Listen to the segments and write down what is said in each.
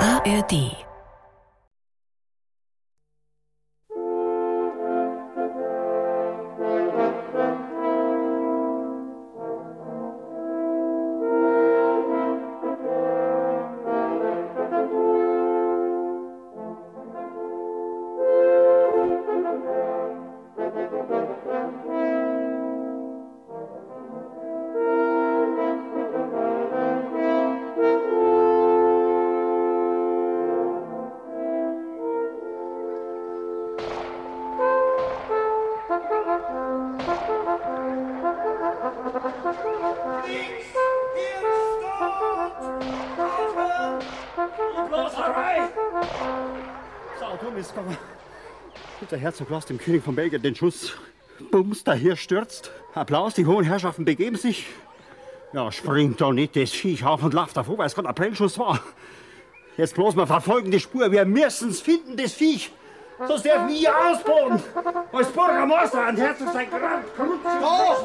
ARD. Links, hier, Start! Aufhören! Blauserei! So, du Mist, komm. Der Herzog Klaus dem König von Belgien den Schuss. Bums, daher stürzt. Applaus, die hohen Herrschaften begeben sich. Ja, springt doch nicht das Viech auf und lauft davor, weil es gerade Aprilschuss war. Jetzt bloß mal verfolgen die Spur. Wir müssen's finden, das Viech. Sonst dürfen wir hier ausbauen. Als Bürgermeister an Herzog sein Grand Kruz. Los,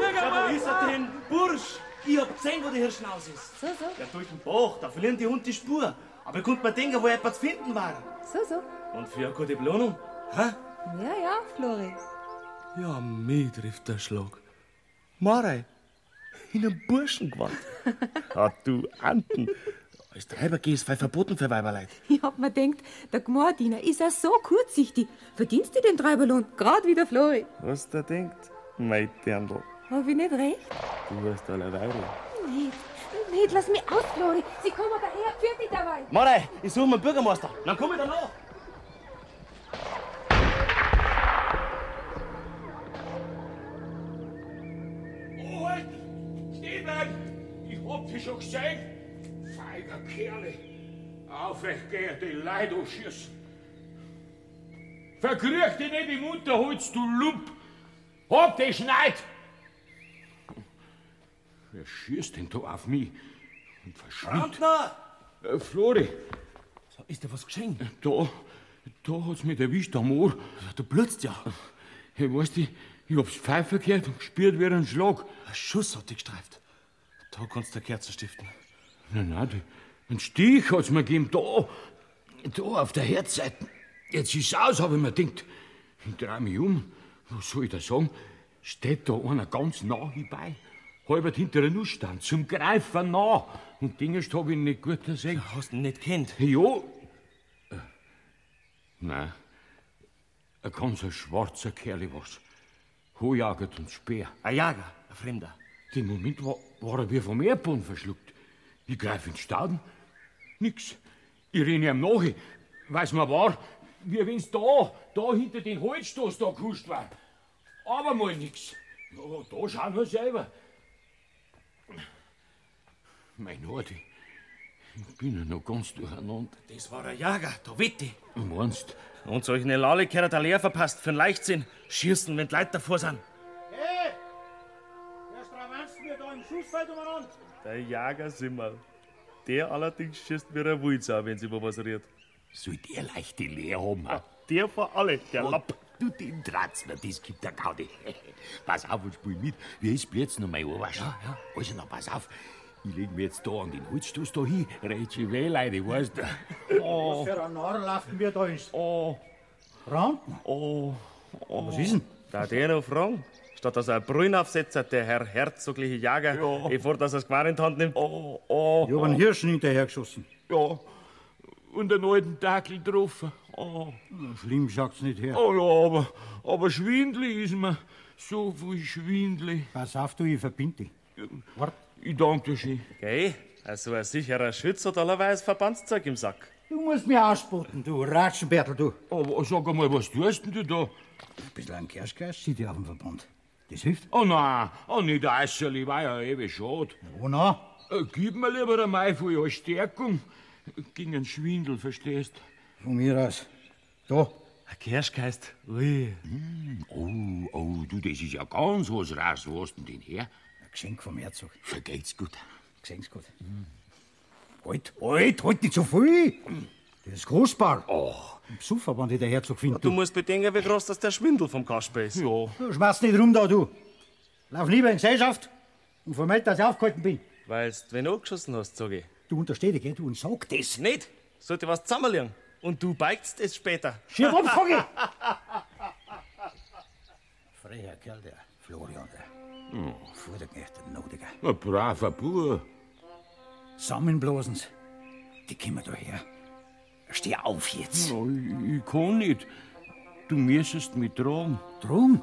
Ja, wo ist er denn? Bursch, ich hab gesehen, wo die Hirschnaus ist. So, so, Ja, durch den Bach, da verlieren die Hunde die Spur. Aber ich konnte mir denken, wo etwas zu finden war. so, so. Und für eine gute Belohnung? Hä? Ja, ja, Flori. Ja, mich trifft der Schlag. Marei, in einem Burschengewand. Ah, du Anten. Als Treiber gehst, weil verboten für Weiberleid. Ich hab mir gedacht, der Gmordiener ist ja so kurzsichtig. Verdienst du den Treiberlohn? Gerade wie der Flori. Was der denkt? Mein Dirndl, Hab ich nicht recht? du hast alle Weibel. Nicht, nicht, lass mich aus, Flori. Sie kommen daher, für dich dabei. Marei, ich suche meinen Bürgermeister. Dann komm ich danach. Halt! Steven! Ich hab dich schon gesehen! Feiger Kerle! Auf euch geht die Leid anschießen! Verkrüch dich nicht im Unterholz, du Lump! Hab dich nicht! Wer schießt denn da auf mich? Und verschwindet? Amtner! Äh, Flori, Ist dir was geschenkt? da, da hat's mich erwischt am Ohr. Äh, Du blödst ja. Hey, weißt du, ich hab's Pfeife gehört und gespürt wie ein Schlag. Ein Schuss hat dich gestreift. Da kannst du eine Kerze stiften. Nein, nein, die- einen Stich hat's mir gegeben, da, da auf der Herzseite. Jetzt ist's aus, hab ich mir gedacht. Ich dreh mich um, was soll ich da sagen? Steht da einer ganz nah bei, halbert hinter der Nussstand, zum Greifen nah. Und Dinges hab ich nicht gut gesehen. Hast ihn nicht kennt. Ja. Äh, Nein. Ein ganzer schwarzer Kerl war's. Hohjagert und Speer. Ein Jager, ein Fremder. Den Moment war, war er wie vom Erdboden verschluckt. Ich greife in den Staden. Nix. Ich renne ihm nach. Weiß man war, wie wenn's da, da hinter den Holzstoß da gehuscht war. Aber mal nix. Ja, da schauen wir selber. Mein Hort, ich bin ja noch ganz durcheinander. Das war ein Jager, da wette. Meinst du? Und solche Lale gehört der Lehr verpasst für den Leichtsinn. Schießen, wenn die Leute davor sind. Hey! Was trawernst mir da im Schussfeld umeinander? Der Jager sind wir. Der allerdings schießt mir eine Wulza, wenn sie über was redet. Soll der leichte Leer haben? Der vor alle, der Und Lapp. Du, den Tratzner, das gibt der Gaudi. Pass auf und spiel mit. Wie ist jetzt noch mal Obersch? Ja, ja. Also, na, pass auf. Ich leg mir jetzt da an den Holzstoß da hin. Rätsche weh, Leute, weißt du? Was für ein Narr laufen wir da ins Oh, Rampen? oh. Was ist denn? Da der noch fragen? Statt dass er einen Brüllen aufsetzt, hat der Herr herzogliche Jager, ja. bevor dass er das Gewehr in die Hand nimmt. Oh, oh, Ich hab einen Hirschen hinterhergeschossen. ja. Und einen alten Dackel getroffen. Oh, Schlimm schaut's nicht her. oh ja, aber, aber Schwindli ist mir. So viel Schwindli. Pass auf, du, ich verbind dich. Ich danke dir schön. Gell? Also ein sicherer Schütz hat allerweise Verbandszeug im Sack. Du musst mir ausboten, du Ratschenbertel, du. Aber sag einmal, was tust denn du da? Ein bisschen ein Kerschgeist sieht ja auf dem Verband. Das hilft. Oh nein, oh nicht äußerlich, war ja ewig schade. Oh na, Äh, Gib mir lieber einmal von Ihrer Stärkung. Gegen einen Schwindel, verstehst? von mir aus. Da, Ein Kirschgeist. Ui. Oh, oh, du, das ist ja ganz was Rares. Wo hast du denn den her? ein Geschenk vom Herzog. Vergeht's gut. Gesehen's gut. Mhm. Halt, halt, halt nicht so viel! Das ist kostbar. Oh, Im Suffverband hätte der Herzog finden. Du musst bedenken, wie groß das der Schwindel vom Kasper ist. ja. Du schmeiß nicht rum da, du. Lauf lieber in Gesellschaft und vermeld, dass ich aufgehalten bin. Weil's du wen angeschossen hast, sag ich. Du untersteh dich, gell? Du und sag das. Nicht! Sollte was zusammenliegen. Und du beigst es später. Schier ab, sag ich! Freier Kerl, der Florian, der. Oh. Vorderknecht, der Nodiger. Ein braver Bub. Sammenblasens. Die kommen da her. Steh auf jetzt. Oh, ich, ich kann nicht. Du müsstest mich tragen. Drum,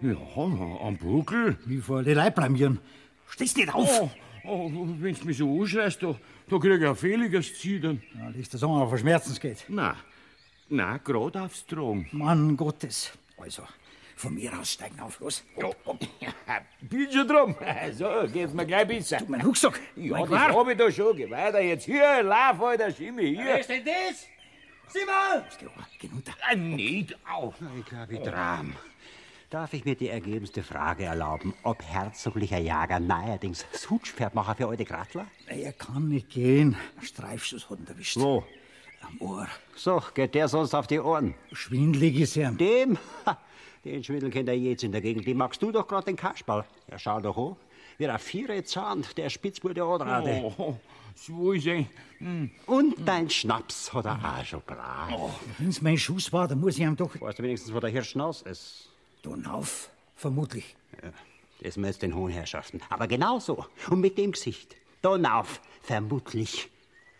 Ja, am Buckel. wie vor die Leib blamieren. Stehst nicht auf! Oh, oh, wenn du mich so anschreist, da, da krieg ich ein fehliges Ziehen. Ja, liest das an, auf ein Schmerzensgeld. Na, na, grad aufs Tragen. Mann Gottes. Also, von mir aus steigen auf, los. Hopp, hopp. Bin schon drum. So, geht's mir gleich besser. Mein Rucksack. Ja, mein das Quar. hab ich da schon. Geh weiter jetzt. Hier, lauf, alter Schimmi, hier. ist denn das? Simon! Geh runter, geh runter. Ah, Nicht auf. Kapitram. Darf ich mir die ergebenste Frage erlauben, ob herzoglicher Jager neuerdings Sutschpferdmacher für alte Gratler? Er kann nicht gehen. Streifschuss hat ihn erwischt. Wo? Am Ohr. So, geht der sonst auf die Ohren. Schwindelig ist er. Dem? Ha, den Schwindel kennt er jetzt in der Gegend. Die magst du doch gerade den Kasperl. Ja, schau doch an. Wie ein Vierer Zahn, der spitz wurde anrate. Oh, so ist er. Hm. Und dein Schnaps hat er auch schon brav. Oh, Wenn's mein Schuss war, dann muss ich ihm doch... Weißt du wenigstens, wo der Hirschnaus ist? Da hinauf, vermutlich. Das müssen den hohen Herrschaften. Aber genau so. Und mit dem Gesicht. Donauf, vermutlich.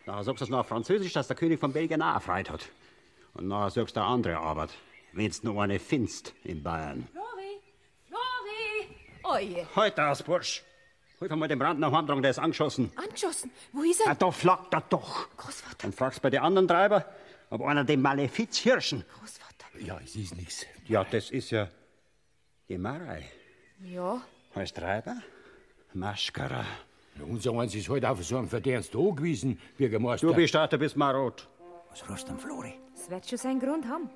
Nachher sagst du es noch auf Französisch, dass der König von Belgien auch erfreut hat. Und nachher sagst du eine andere Arbeit. Wenn's nur eine findest in Bayern. Flori, Flori! Oh Oje, Heute aus, Bursch. Hilf mal dem Halt Brand nach Heimdrang, der ist angeschossen. angeschossen. Wo ist er? Ah, da flackt er doch. Großvater, Dann fragst bei den anderen Treiber, ob einer den Malefiz hirschen. Großvater. Ja, es ist nichts. Ja, das ist ja die Marei. Ja, Heißt Treiber? Maschkara. Unser eins ist heute halt auf so einem Verdienst angewiesen, Bürgermeister. Du bist hart, du bist marot. Was rufst du am Flori? es wird schon seinen Grund haben.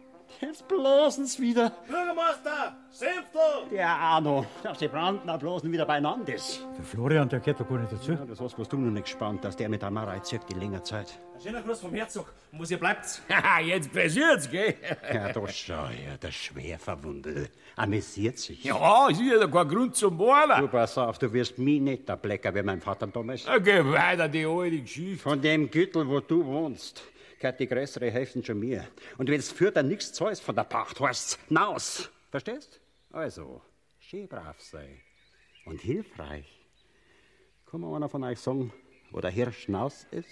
Jetzt blasen's wieder. Bürgermeister! Senftel! Der Arno, dass die Brandner bloßen wieder beieinander ist. Der Florian, der gehört doch gar nicht dazu. Ja, das hast bloß du noch nicht gespannt, dass der mit der Marei zirkt die länger Zeit. Ein schöner Gruß vom Herzog. Muss ihr bleibt's. Haha, jetzt passiert's, gell? Ja, da schau her, der Schwerverwundete amüsiert sich. Ja, es ist ja kein Grund zum Warnen. Du pass auf, du wirst mich nicht der Blecker, wie mein Vater damals. Ja, Geh weiter, die alte Geschichte. Von dem Gürtel, wo du wohnst, gehört die größere Hälfte schon mir. Und wenn's für dann nichts zahlst von der Pacht, heißt's naus. Verstehst? Also, schön brav sei und hilfreich. Kann mir einer von euch sagen, wo der Hirsch naus ist?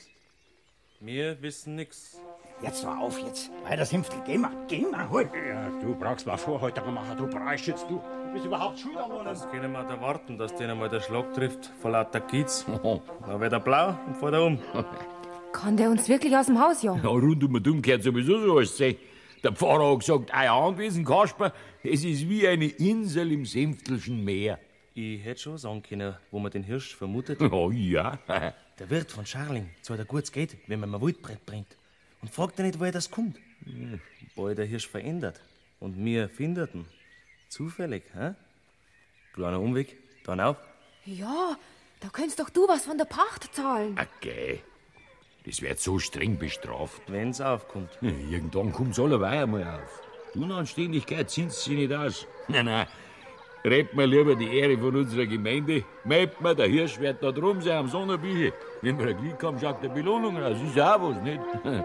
Wir wissen nix. Jetzt war auf, jetzt. Weiter, Simpftel, geh mal, geh mal, hol. Ja, du brauchst mal Vorhaltung machen, du breischützt, du. Du bist überhaupt schuld am Alles. Das können wir nicht erwarten, dass denen mal der Schlag trifft vor lauter Kiez. Dann wird er blau und fährt er um. Kann der uns wirklich aus dem Haus jagen? Ja, rund um den gehört sowieso so alles sein. Der Pfarrer hat gesagt, euer Anwesen, Kasper, es ist wie eine Insel im Senftelschen Meer. Ich hätte schon sagen können, wo man den Hirsch vermutet. Oh ja. Der Wirt von Scharling zahlt ein gutes Geld, wenn man ihm ein Waldbrett bringt. Und fragt er nicht, woher das kommt. Hm. Bald der Hirsch verändert. Und wir findeten. Zufällig, hä? Kleiner Umweg, dann auf. Ja, da könntest doch du was von der Pacht zahlen. Ah, Okay. Das wird so streng bestraft. Wenn's aufkommt. Irgendwann kommt's allerweil einmal auf. Die Unanständigkeit zinst sie nicht aus. Nein, nein. Rebt mir lieber die Ehre von unserer Gemeinde. Meint mir, der Hirsch wird da drum sein am Sonnenbüche. Wenn wir ein Glück haben, schaut der Belohnung raus. Ist ja auch was, nicht?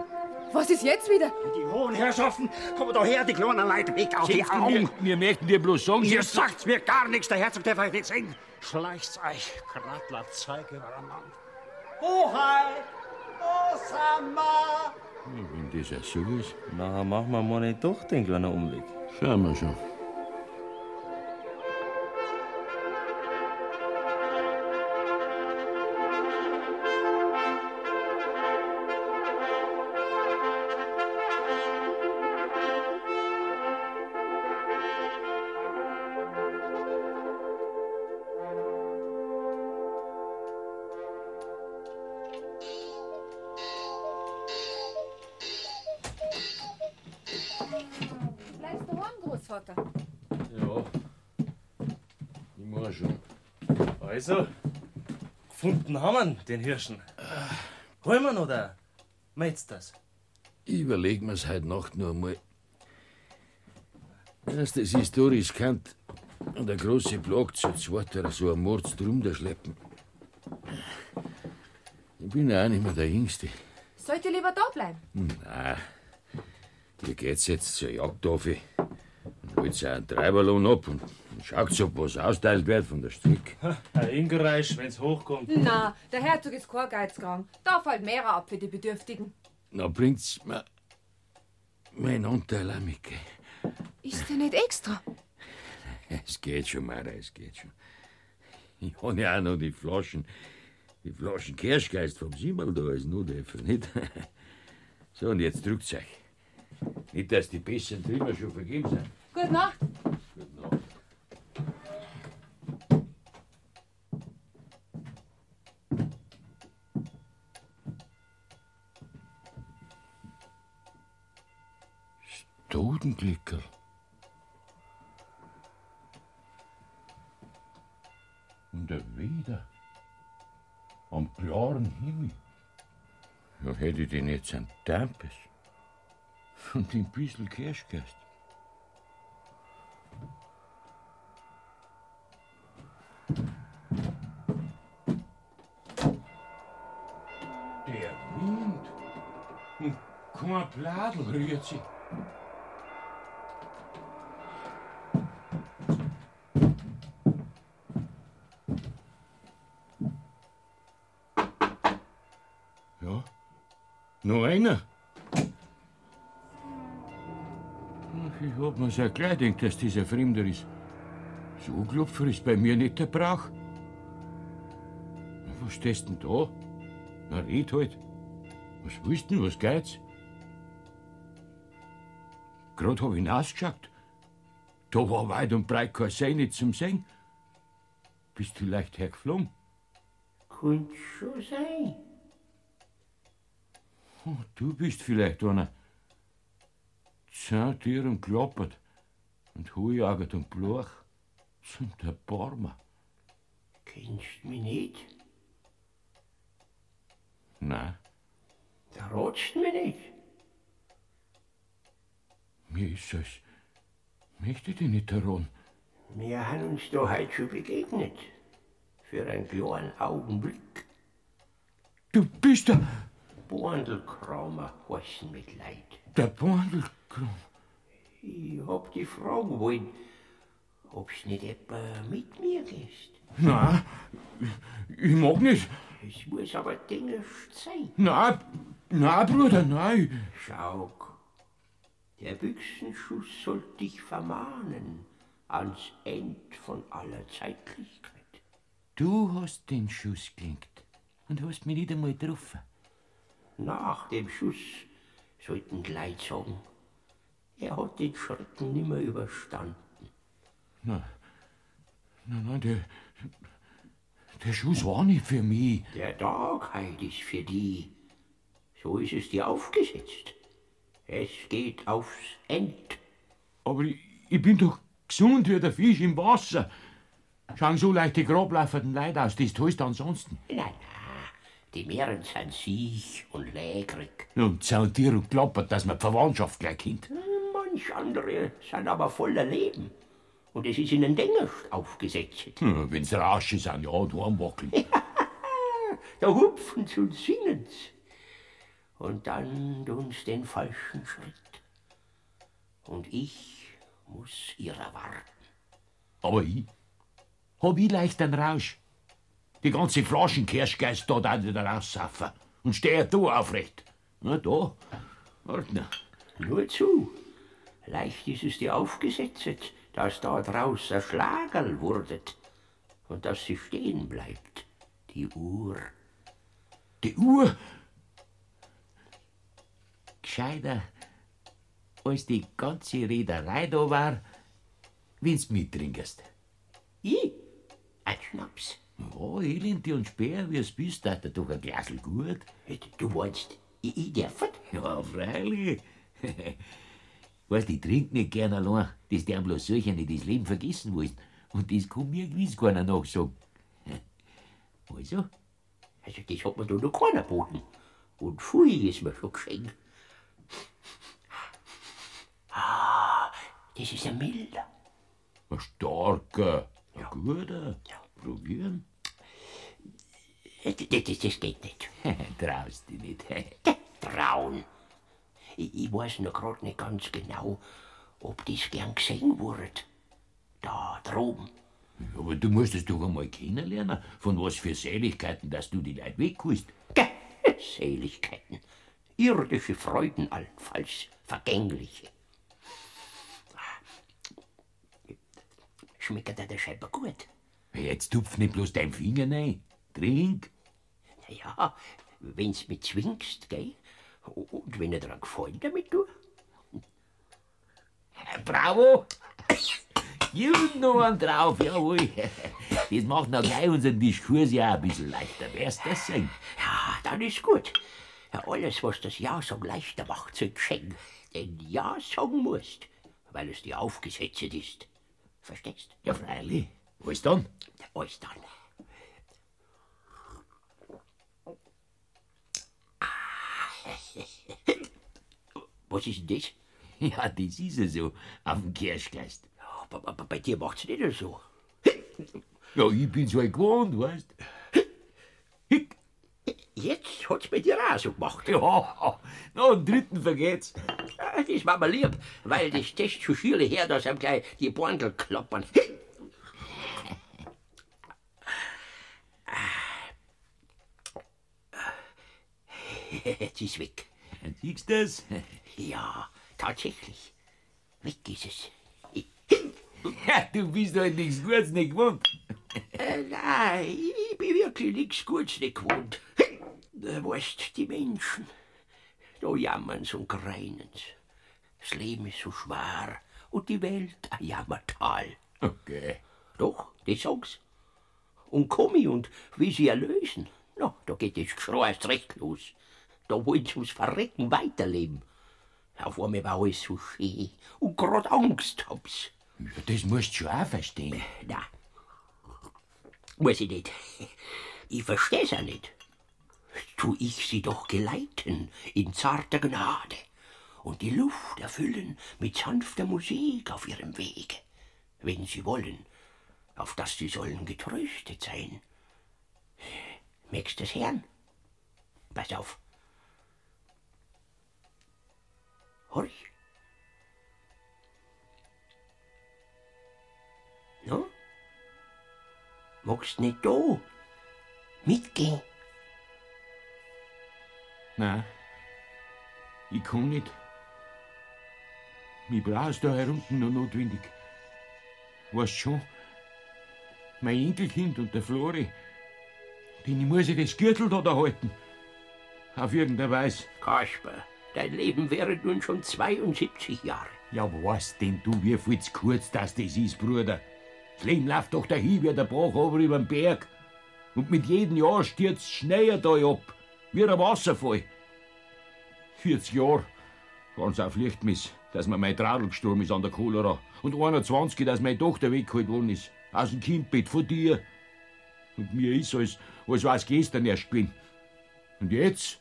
Was ist jetzt wieder? Die hohen Herrschaften, kommen doch her, die kleinen Leute, weg auf die Augen. Wir, wir möchten dir bloß sagen, Ihr sagt's mir gar nichts, der Herzog darf euch nicht sehen. Schleicht's euch, Kratler, zeige euren Mann. Hoheit, Osama. Hm, wenn das ja so ist, Nachher machen wir mal nicht doch den kleinen Umweg. schauen wir schon. Bleibst du daheim, Großvater? Ja, ich muss schon. Also, gefunden haben wir den Hirschen. Ah. Holen wir noch da. Meinst du das? Ich überleg mir's heute Nacht noch einmal. Erst, es ist da riskant. Der große plagt zu zweit, der so einen Mords drum da schleppen. Ich bin ja auch nicht mehr der Jüngste. Sollte lieber da bleiben. Na, ihr geht's jetzt zur Jagd auf. Und holt euch einen Treiberlohn ab und schaut, ob was austeilt wird von der Strick. Ein Ingereisch, wenn's hochkommt. Na, der Herzog ist kein Geizkrank. Da fällt mehr ab für die Bedürftigen. Na, bringt's mir meinen Anteil auch mit. gell? Ist ja nicht extra. Es geht schon, Mara, es geht schon. Ich habe ja auch noch die Flaschen, die Flaschen Kirschgeist vom Simmel da, ist nur dafür, nicht? So, und jetzt drückt's euch. Nicht, dass die Bissen drüber schon vergeben sind. Gute Nacht. Totenglicker. Und er wieder. Am klaren Himmel. Ja, hätte ich den jetzt an Tempes. Und den bisschen Kirschgeist. Der Wind. Und kein Pladel rührt sich. Ja. Nur einer. Ach, Ich hab mir's ja gleich gedacht, dass dieser Fremder ist. So Klopfer ist bei mir nicht der Brauch. Na, was stehst denn da? Na, red halt. Was willst denn, was geht's? Grad hab ich hinausgeschaut. Da war weit und breit kein See nicht zum Sehen. Bist du leicht hergeflogen? Könnte schon sein. Oh, du bist vielleicht einer. Zehn Tiere und klappert und hojagert und bloch sind der Barmer. Kennst mich nicht? Nein, Da ratst mich nicht. mir ist es. Möchte ich dich nicht daran. Wir haben uns da heute schon begegnet. Für einen kleinen Augenblick. Du bist der, Borndelkramer heißen mit Leid. der Bandelkram. Ich hab die fragen wollen, ob's nicht etwa mit mir gehst. Nein, ich mag nicht. Es muss aber dingest sein. Nein, nein, Bruder, nein. Schau, der Büchsenschuss soll dich vermahnen ans End von aller Zeitlichkeit. Du hast den Schuss gelenkt und hast mich nicht einmal getroffen. Nach dem Schuss sollten die Leute sagen, er hat den Schrecken nimmer überstanden. Nein, nein, nein, der, der Schuss war nicht für mich. Der Tag heilt ist für die. So ist es dir aufgesetzt. Es geht aufs End. Aber ich, ich bin doch gesund wie der Fisch im Wasser. Schauen so leicht die grobläuferten Leute aus, die ist alles ansonsten. Nein, nein, die Meeren sind siech und lägrig. Und zauntiert und klappert, dass man die Verwandtschaft gleich kennt. Manch andere sind aber voller Leben. Und es ist ihnen dengest aufgesetzt. Hm, wenn's rasche sind, ja, und heimwackeln. Da hupfen sie und singen's. Und dann tun's den falschen Schritt. Und ich muss ihrer warten. Aber ich hab ich leicht einen Rausch. Die ganze Flaschenkirschgeist da da wieder raussaufen. Und steh da aufrecht. Na, da. Warte noch. Nur zu. Leicht ist es dir aufgesetzt, dass da draußen Schlagerl wurdet. Und dass sie stehen bleibt, die Uhr. Die Uhr. Gescheiter, als die ganze Reederei da war, wenn's mittrinkest. I, ein Schnaps. Ja, Elende und Speer, wie's bist, hat er doch ein Glasl gut. Du meinst, ich, ich darf es? Ja, freilich. weißt, ich trink nicht gern allein, dass die bloß solche nicht das Leben vergessen wollen. Und das kann mir gewiss keiner nachsagen. Also, Also, das hat mir da noch keiner geboten. Und Pfui ist mir schon geschenkt. Ah, das ist ein milder. Ein starker, ein guter. Probieren. Das, Äh, das, das geht nicht. Traust dich nicht. Trauen. Ich, ich weiß noch gerade nicht ganz genau, ob das gern gesehen wird. Da droben. Aber du musst es doch einmal kennenlernen, von was für Seligkeiten, dass du die Leute wegholst. Seligkeiten. Irdische Freuden allenfalls. Vergängliche. Schmeckt dir das scheinbar gut? Jetzt tupf nicht bloß deinen Finger rein. Trink. Ja, wenn's mich zwingst, gell? Und wenn er dran gefallen damit tut. Bravo! Gut noch einen drauf, jawohl. Das macht noch gleich unseren Diskurs ja ein bisschen leichter. Wär's das sein? Ja, dann ist gut. Ja, alles, was das Ja sagen leichter macht, sind Geschenk. Denn Ja sagen musst, weil es dir aufgesetzt ist. Verstehst? Ja, freilich. Alles dann? Alles dann. Was ist denn das? Ja, das ist ja so, auf dem Kirschgeist. Bei, bei, bei dir macht's nicht so. Ja, ich bin's halt gewohnt, weißt Jetzt hat's bei dir auch so gemacht. Ja, na, den dritten vergeht's. Ah, Das war mir lieb, weil das das zu schiere her, dass ihm gleich die Bandel klappern. Ah. Jetzt ist weg. Siehst du das? Ja, tatsächlich. Weg ist es. Ja, du bist halt nichts Gutes nicht gewohnt. Äh, nein, ich bin wirklich nichts Gutes nicht gewohnt. Du weißt, die Menschen, da jammern's und greinen's. Das Leben ist so schwer und die Welt ein Jammertal. Okay. Doch, das sag's. Und komm ich und wie sie erlösen, na, da geht das Geschrei erst recht los. Da wollen sie ums Verrecken weiterleben. Auf einmal war alles so schön und grad Angst hab's. Ja, das musst du schon auch verstehen. Na, muss ich nicht. Ich versteh's ja nicht. Tu ich sie doch geleiten in zarter Gnade und die Luft erfüllen mit sanfter Musik auf ihrem Wege, wenn sie wollen, auf dass sie sollen getröstet sein. Merkst des Herrn? Pass auf. Horch. No? Magst nicht da mitgehen? Nein, ich kann nicht. Mich brauchst da herunten noch notwendig. Weißt schon, mein Enkelkind und der Flori, denen muss ich das Gürtel da da halten. Auf irgendeine Weise. Kasper, dein Leben wäre nun schon 72 Jahre. Ja, was denn du, wie viel zu kurz das das ist, Bruder? Das Leben läuft doch dahin wie der Bach oben über den Berg. Und mit jedem Jahr stürzt schneller da ab, wie ein Wasserfall. 40 Jahre, ganz auf Lichtmiss, dass mir mein Tradel gestorben ist an der Cholera. Und 21, dass meine Tochter weggeholt worden ist. Aus dem Kindbett, von dir. Und mir ist als, als was gestern erst bin. Und jetzt?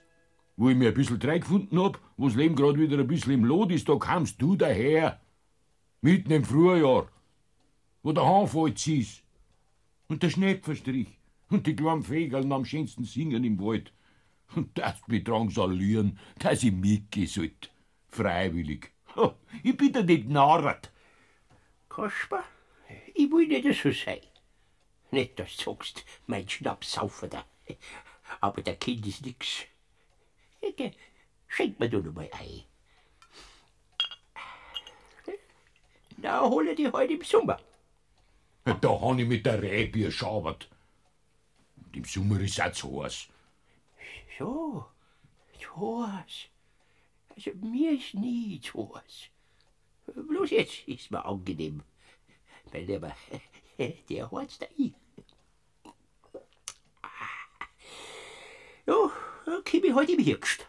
wo ich mir ein bisschen Dreck gefunden hab, wo das Leben gerade wieder ein bisschen im Lot ist, da kamst du daher. Mitten im Frühjahr, wo der Hanfalz ist und der Schnee verstrich und die kleinen Fegeln am schönsten singen im Wald. Und das mich drangsalieren, dass ich mitgehen sollt. Freiwillig. Ha, ich bin da nicht narrt. Kasper, ich will nicht so sein. Nicht, dass du sagst, mein Schnaps saufen da. Aber der Kind ist nix. Ecke, Schenk mir doch noch mal ein. Na, hole die heute im Sommer. Da han ich mit der Rebi geschabert. Und im Sommer ist es auch zu heiß. So, Thomas. Also mir ist nie Thomas. Bloß jetzt ist mir angenehm. Mein Lieber, der hat's da i. Ah. Ja, dann komm ich heute im Hirkst.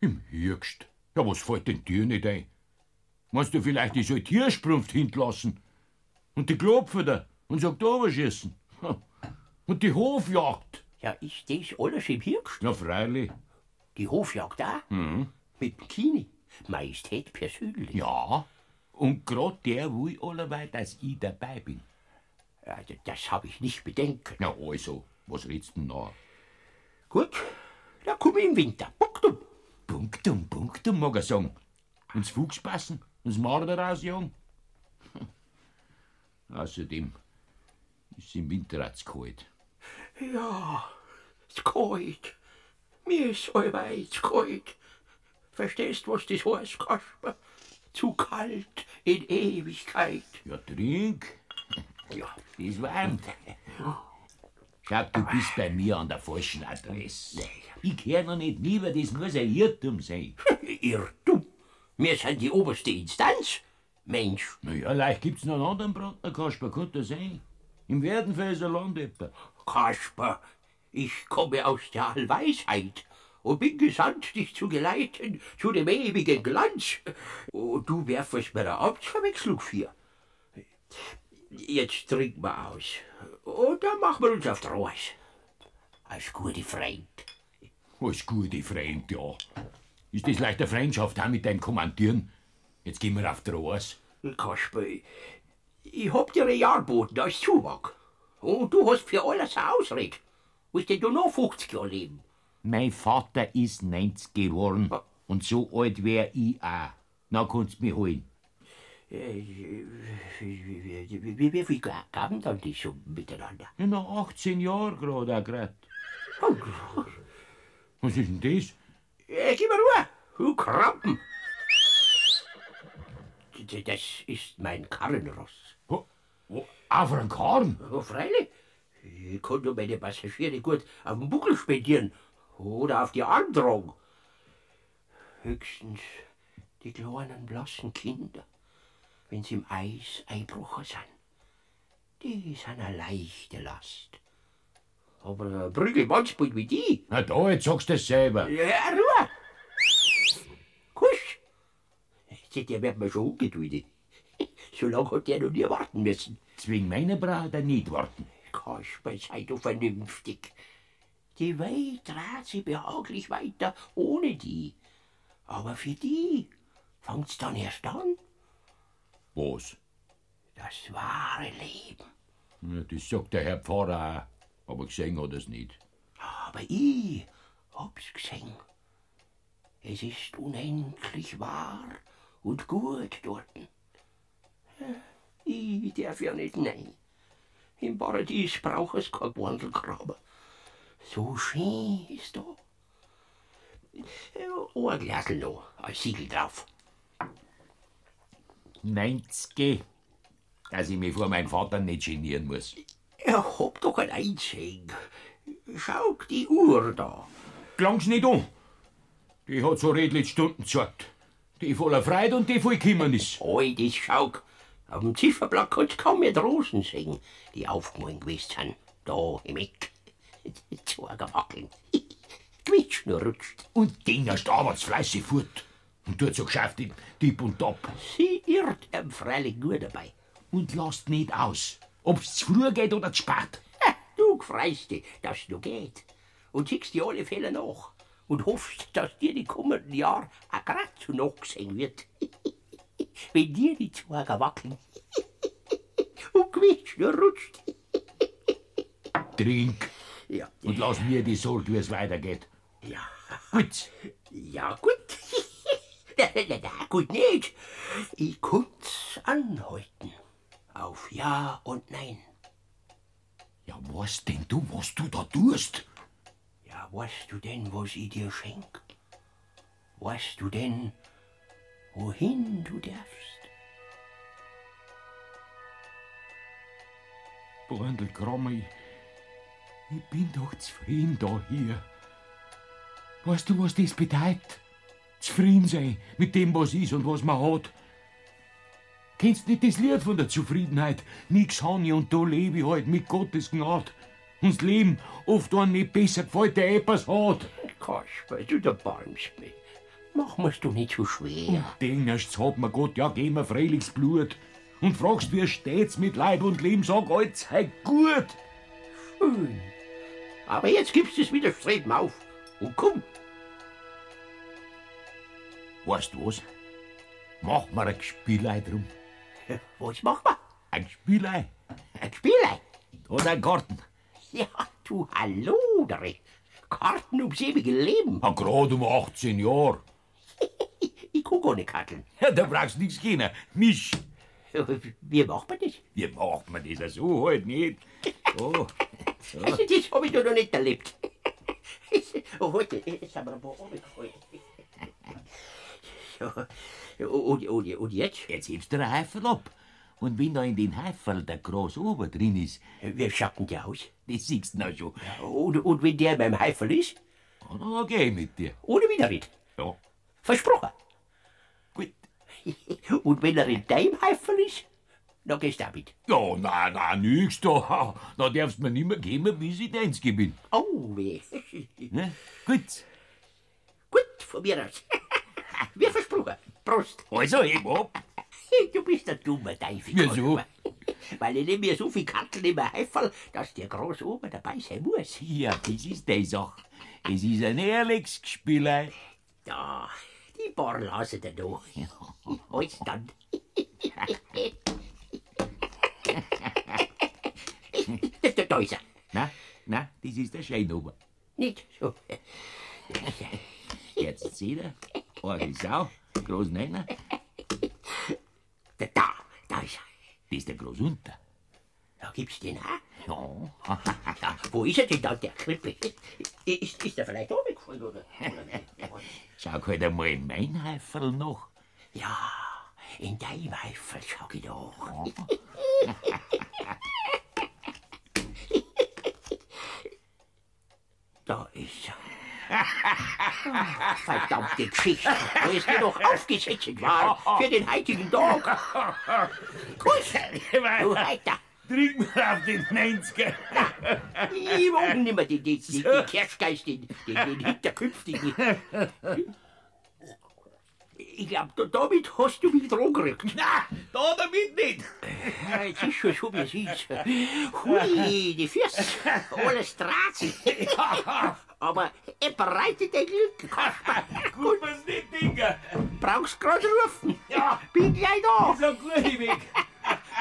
Im Höchst. Ja, was fällt denn dir nicht ein? Meinst du vielleicht, ich soll Tiersprunft hinlassen? Und die Klopfeder und sagt Oberschießen? Ha. Und die Hofjagd? Ja, ist das alles im Hirkst? Na, freilich. Die Hofjagd da? Mit dem Kini. Majestät persönlich. Ja. Und grad der will allerweil, dass ich dabei bin. Also, das habe ich nicht bedenken. Na also, was redst du noch? Gut, dann komm ich im Winter. Punktum. Punktum, Punktum, mag er sagen. Ins Fuchs passen, ins Marder rausjagen. Hm. Außerdem ist im Winter auch zu kalt. Ja, es kalt. Mir ist allweil zu kalt. Verstehst, was das heißt, Kasper? Zu kalt in Ewigkeit. Ja, trink. Ja, das warmt. Schau, du bist bei mir an der falschen Adresse. Ich gehöre noch nicht lieber, das muss ein Irrtum sein. Irrtum? Wir sind die oberste Instanz. Mensch. Na ja, leicht gibt's noch einen anderen Brandner, Kasper, kann das sein? Im Werdenfelser Land etwa. Kasper, ich komme aus der Allweisheit und bin gesandt, dich zu geleiten zu dem ewigen Glanz. Und du werfest mir eine Amtsverwechslung für. Jetzt trink mal aus. Und dann machen wir uns auf der Reise. Als gute Freund. Als gute Freund, ja. Ist das leichter Freundschaft auch mit deinem Kommandieren? Jetzt gehen wir auf die Reise. Kasper, ich hab dir ein Jahr geboten als Zuwag. Und du hast für alles eine Ausrede. Willst denn du noch 50 Jahre leben? Mein Vater ist 90 geworden. Ah. Und so alt wär ich auch. Na, kannst mich holen. Äh, Wie, wie, wie, wie viel ga- gaben dann die so miteinander? Ja, nach 18 Jahren gerade auch gerade. Oh, Was ist denn das? Äh, gib mir Ruhe, du Krampen! D- Das ist mein Karrenross. Oh, auf einen Karren? Oh, freilich. Ich kann nur meine Passagiere gut auf den Buckel spendieren oder auf die Arm tragen. Höchstens die kleinen blassen Kinder, wenn sie im Eis Einbrocher sind. Die sind eine leichte Last. Aber äh, ein Prügelmannsbild wie die, Na da, jetzt sagst du das selber. ja, Ruhe! Kusch! Seht ihr, wird mir schon ungeduldig. So lange hat der noch nie warten müssen. Zwing meine Braut er nicht warten. Kasper, sei du vernünftig. Die Welt dreht sie behaglich weiter ohne die. Aber für die fangt's dann erst an. Was? Das wahre Leben. Ja, das sagt der Herr Pfarrer auch. Aber gesehen hat er's nicht. Aber ich hab's gesehen. Es ist unendlich wahr und gut dorten. Ich darf ja nicht nein. Im Paradies brauch es kein Wandelgraben. So schön ist da. Oh, ein Glasl noch, ein Siegel drauf. 90. Dass ich mich vor meinem Vater nicht genieren muss. Er hab doch ein Einsehen. Schau die Uhr da. Klang's nicht an. Die hat so redlich Stunden gezeigt. Die voller Freude und die voll Kümmernis. Oi, das Schauk. Auf dem Zifferblatt kannst du kaum mehr die Rosen sehen, die aufgemalt gewesen sind. Da im Eck. Zorger wackeln. Quitsch nur rutscht. Und den erst arbeits fleißig fort. Und tut so geschafft, Tipp und Top. Sie irrt ihm freilich gut dabei. Und lasst nicht aus, ob's zu früh geht oder zu spät. Du freust dich, dass du geht. Und siehst die alle Fälle nach. Und hoffst, dass dir die kommenden Jahre auch grad so nachgesehen wird. Wenn dir die Zorger wackeln. Und Quitsch nur rutscht. Trink. Ja. Und lass mir die Sorge, wie es weitergeht. Ja. Gut. Ja, gut. na, na, na, na, gut nicht. Ich kun's anhalten. Auf Ja und Nein. Ja, was denn du, was du da tust? Ja, weißt du denn, was ich dir schenk? Weißt du denn, wohin du darfst? Brandl Krommi, ich bin doch zufrieden da hier. Weißt du, was das bedeutet? Zufrieden sein mit dem, was ist und was man hat. Kennst nicht das Lied von der Zufriedenheit? Nix han ich und da lebe ich halt mit Gottes Gnade. Uns Leben oft einem nicht besser gefällt, der etwas hat. Kasper, du der Balmsmith. Mach mir's doch nicht so schwer. Und den erst sagt mir Gott, ja, geh mir freilich das Blut. Und fragst, wie steht's mit Leib und Leben, sag, alles sei gut. Schön. Aber jetzt gibst du es wieder streben auf. Und komm, Weißt du was? Mach mir ein Spielei drum. Was machen wir? Ein Spielei. Ein Spielei? Oder ein Garten. Ja, du hallo, Karten ums ewige Leben. Na, gerade um 18 Jahre. ich kann gar nicht karteln. Ja, da brauchst du nichts kennen. Misch. Wie macht man das? Wie macht man das? So halt nicht. Oh. So. Also, das habe ich da noch nicht erlebt. Oh, heute, jetzt haben wir ein paar Oh, runtergeholt. Ja, Oh, Und, und, und jetzt? Jetzt hebst du den Heifel ab. Und wenn da in den Heifel der Gras oben drin ist. Wie schaut denn der aus? Das siehst du noch schon. Ah, Und, und wenn der in meinem Heifel ist? Na, geh ich mit dir. Ohne Widerrede. Ja. Versprochen. Gut. Und wenn er in deinem Heifel ist, dann gehst du auch mit. Ja, nein, nein, nix da. Da darfst du mir nimmer geben, bis ich deins bin. Oh, weh. Ne? Gut. Gut, von mir aus. Wie versprochen. Prost. Also, heb ab. Du bist ein dummer Teufel. Wieso? Weil ich nehme mir so viel Karten in mein Heifel, dass der groß oben dabei sein muss. Ja, das ist die Sache. Es ist ein ehrliches Gespieler. Da, die paar lassen da noch. Alles dann. Das ist der er. Na, na, das ist der Scheinober. Nicht so. Jetzt seht ihr, eure Sau, großen Nenner. Da, da, da ist er. Das ist der Großunter. Da gibt's den auch. Ja. Ja, wo ist er denn da, der Krippe? Ist, ist er vielleicht runtergefallen, oder? Schau halt einmal in mein Heiferl nach. Ja, in deinem Heifel schau ich doch. Da ist er. Ah, Verdammte Geschichte, wo ist mir doch aufgesetzt war für den heutigen Tag. Kuss, du Heiter. Trink mir auf den 90er. Ich mag nimmer den, den, den, den Kerschgeist, den, den, den Hinterkünftigen. Ich glaub, da, damit hast du mich dran gerückt. Nein, da damit nicht. Ja, jetzt ist schon so, wie es ist. Hui, die Füße, alle Straßen. Aber er bereitet dir Glück, Kasper. Gut, was nicht, Dinger. Brauchst grad rufen. Ja, Bin gleich da. so gut weg.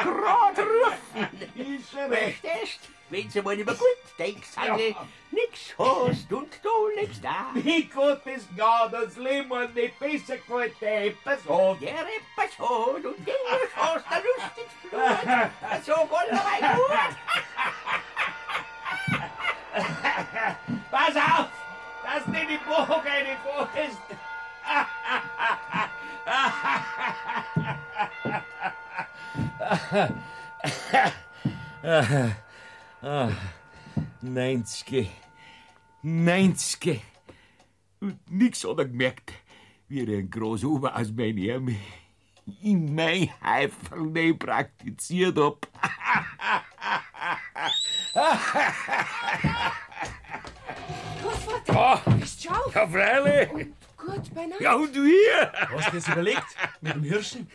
Grad rufen. Ist schon recht. Verstehst? Wenn's einmal nicht mehr gut denkst, Heine, nix hast und du lebst da. Wie gut ist gar das Leben und nicht besser gefällt, der etwas hat. Der Reppers hat und der hast der Also, lustig Blut. So gollerei gut. Pass auf, dass du nicht in die Burg reinfährst. Ah, ah, 90. 90. Und nix hat er gemerkt, wie er ein Großober aus meinen Ärmel in mein Heifel nicht praktiziert hab. Was war Ah, Bist schau? ja, freilich. Gut, beinahe. Ja, und wir? Hast du das überlegt? Mit dem Hirschen?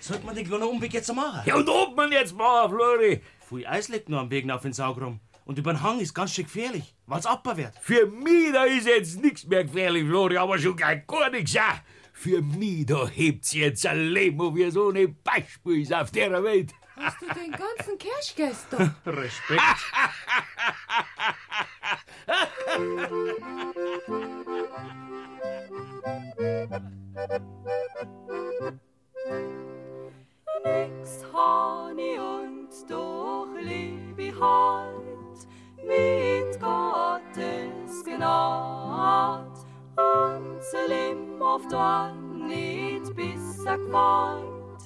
Sollte man den kleinen Umweg jetzt machen? Ja, und ob man jetzt machen, Flori? Viel Eis liegt nur am Weg auf den Saugraum. Und über den Hang ist ganz schön gefährlich, weil's abbar wird. Für mich da ist jetzt nichts mehr gefährlich, Flori, aber schon gleich gar nichts auch. Für mich da hebt's jetzt ein Leben, wie es ohne Beispiel ist auf der Welt. Hast du den ganzen Kirschgeist da? Respekt. Ah. nix hani und doch leb ich halt mit Gottes Gnad. Anzelim oft an nicht bis er qualt,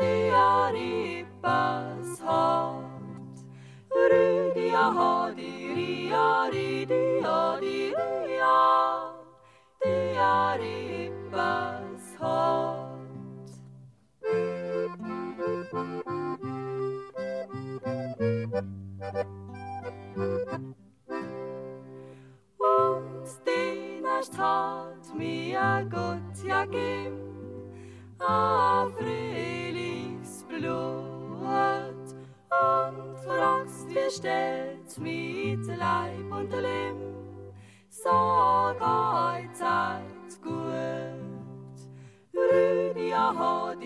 der Rippers hat. Rüdia hat die Ria, Ridia, die Ria, der Rippers hat. Und den erst hat mir Gott ja gegeben, a fröhliches Blut. Und fragst, wie steht's mit Leib und Leben, sag, euch seid's gut. Rüdia hat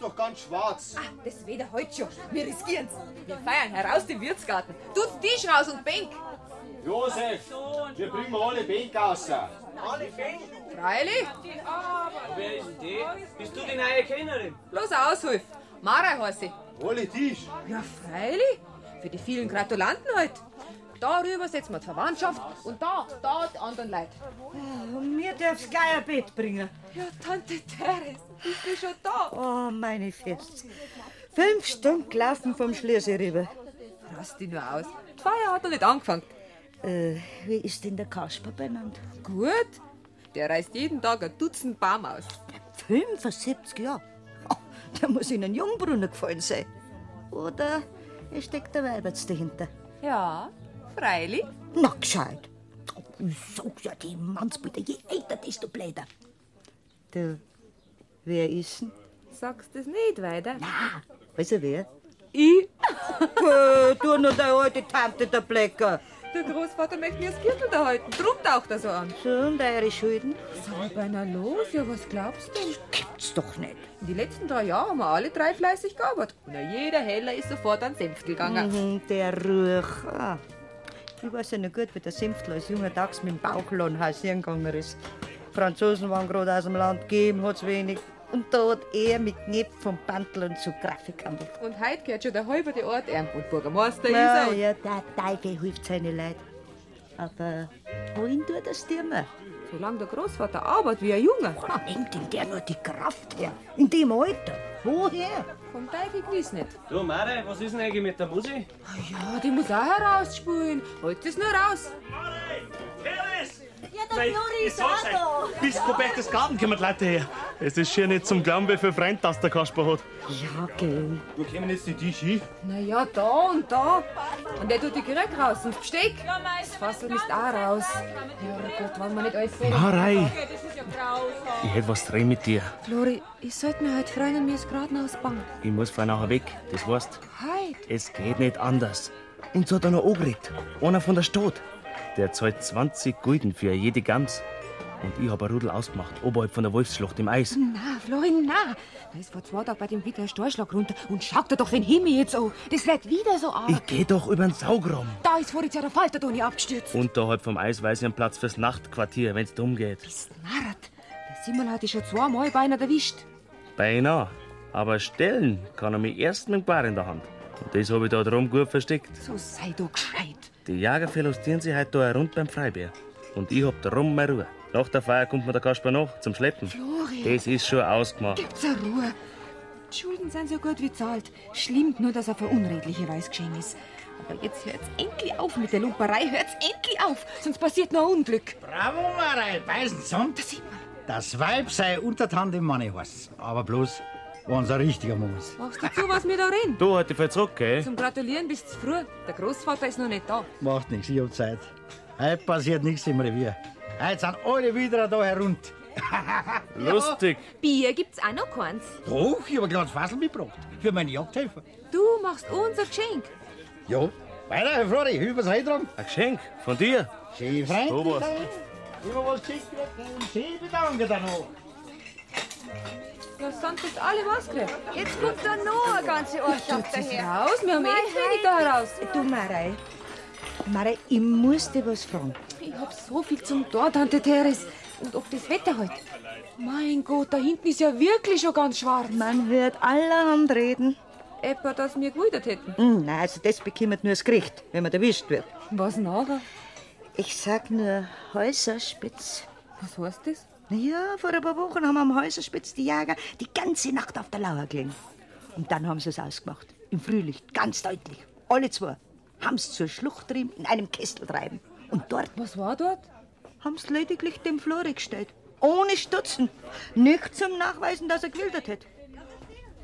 doch ganz schwarz. Ah, das weder heute schon. Wir riskieren's. Wir feiern heraus den Wirtsgarten. Tut Tisch raus und Bänk. Josef, wir bringen alle Bänke raus. Alle Bänke? Freilich. Wer ist denn die? Bist du die neue Kennerin? Bloß aushilf. Mara heiße ich. Alle Tisch. Ja, freilich. Für die vielen Gratulanten halt. Darüber setzen wir die Verwandtschaft und da, da die anderen Leute. Oh, Mir darf's gleich ein Bett bringen. Ja, Tante Teres, ich bin schon da. Oh, meine Fest. Fünf Stunden gelaufen vom Schlüssel rüber. Rast dich nur aus. Die Feier hat noch nicht angefangen. Äh, wie ist denn der Kasper benannt? Gut. Der reißt jeden Tag ein Dutzend Baum aus. 75 Jahre. Oh, der muss in einen Jungbrunnen gefallen sein. Oder es steckt der Weiberts dahinter. Ja, freilich. Na, gescheit. Oh, Ich sag ja, die Mannsbilder, je älter, desto blöder. Du, wer ist denn? Sagst das nicht weiter? Na. Weißt du wer? Ich? du nur der alte Tante, der Blecker. Der Großvater möchte mir das Viertel da halten. Drum taucht er so an. Schon deine Schulden? Sag beinahe los. Ja, was glaubst du denn? Gibt's doch nicht. In die letzten drei Jahre haben wir alle drei fleißig gearbeitet. Na, jeder Heller ist sofort ans Senf gegangen. Mhm, der Rucher. Ich weiß ja noch gut, wie der Senftler als junger Tags mit dem Bauchladen hausieren gegangen ist. Franzosen waren gerade aus dem Land, gegeben hat's wenig. Und da hat er mit Knepp vom Panteln zu Grafik handelt. Und heute gehört schon der halbe die Ort ernten. Und Bürgermeister ist Na er. ja, der Teufel hilft seine Leute. Aber wohin tut das dir mehr? Solange der Großvater arbeitet wie ein Junge. Wo nimmt ihm der nur die Kraft her? In dem Alter? Woher? Vom Teufel gewiss nicht. Du, Mare, was ist denn eigentlich mit der Musi? Ja, die muss auch herausspülen. Holt es nur raus. Ja, der Flori ist auch da. Bis vor Berchtesgaden kommen die Leute her. Es ist schier nicht zum Glauben, wie viel Freund das der Kasper hat. Ja, gell. Wo kommen jetzt die Tische hin? Na ja, da und da. Und der tut die Gerät raus und Besteck. Das Fassel ist auch raus. Ja Gott, wollen wir nicht alles sehen. Marei. Das ist ja grausam. Ich hätte was drehen mit dir. Flori, ich sollte mir heute freuen, mir ist gerade noch ausbangen. Ich muss von nachher weg, das weißt Heute? Es geht nicht anders. Und so hat einer angeredet. Einer von der Stadt. Der zahlt 20 Gulden für jede Gans. Und ich hab ein Rudel ausgemacht, oberhalb von der Wolfsschlucht im Eis. Na, Florin, na! Da ist vor zwei Tagen bei dem Wittler ein Storschlag runter und schaut dir doch den Himmel jetzt an. Das lädt wieder so an. Ich geh doch über den Saugraum. Da ist vorhin der Falterdoni abgestürzt. Unterhalb vom Eis weiß ich einen Platz fürs Nachtquartier, wenn's drum geht. Narrat, der Simon hat dich schon zweimal beinahe erwischt. Beinahe. Aber stellen kann er mich erst mit dem Bar in der Hand. Und das hab ich da drum gut versteckt. So sei doch gescheit. Die Jäger verlustieren sich heute da rund beim Freibier. Und ich hab drum meine Ruhe. Nach der Feier kommt mir der Kasper nach, zum Schleppen. Flori. Das ist schon ausgemacht. Gibt's eine Ruhe. Die Schulden sind so gut wie zahlt. Schlimm nur, dass er für unredliche Weise geschehen ist. Aber jetzt hört's endlich auf mit der Lumperei. Hört's endlich auf, sonst passiert noch ein Unglück. Bravo, Marei, beißen zusammen. Das Weib sei untertan dem Manne heißt's. Aber bloß, wenn's ein richtiger Mann ist. Machst du zu, was wir da reden? Du halt dich voll zurück, gell? Zum Gratulieren bist du früh. Der Großvater ist noch nicht da. Macht nichts, ich hab Zeit. Heute passiert nichts im Revier. Heute sind alle wieder da herunter. Lustig. Bier gibt's auch noch keins. Doch, ich hab ein kleines Fassel mitgebracht. Für meine Jagdhelfer. Du machst unser Geschenk. Ja, weiter, Herr Flori, übers Heidrang. Ein Geschenk von dir? Schön, Freund. So was. Immer was geschickt und schön bedanken dann noch. Ja, sonst ist alle was gekriegt. Jetzt kommt da noch eine ganze Ortschaft daher. raus, wir haben eh Nein, wenig da heraus. Du, Marei. Marei, ich muss dir was fragen. Ich hab so viel zum Tor, Tante Teres. Und ob das Wetter heute. Mein Gott, da hinten ist ja wirklich schon ganz schwarz. Man hört allerhand reden. Etwa, dass wir gewidert hätten. Hm, nein, also das bekommt nur das Gericht, wenn man erwischt wird. Was nachher? Ich sag nur Häuserspitz. Was heißt das? Ja, vor ein paar Wochen haben am Häuserspitz die Jäger die ganze Nacht auf der Lauer gelegen. Und dann haben sie es ausgemacht. Im Frühlicht, ganz deutlich. Alle zwei. Haben sie zur Schlucht drüben in einem Kessel treiben. Und dort. Was war dort? Haben sie lediglich dem Flori gestellt. Ohne Stutzen. Nicht zum Nachweisen, dass er gewildert hat.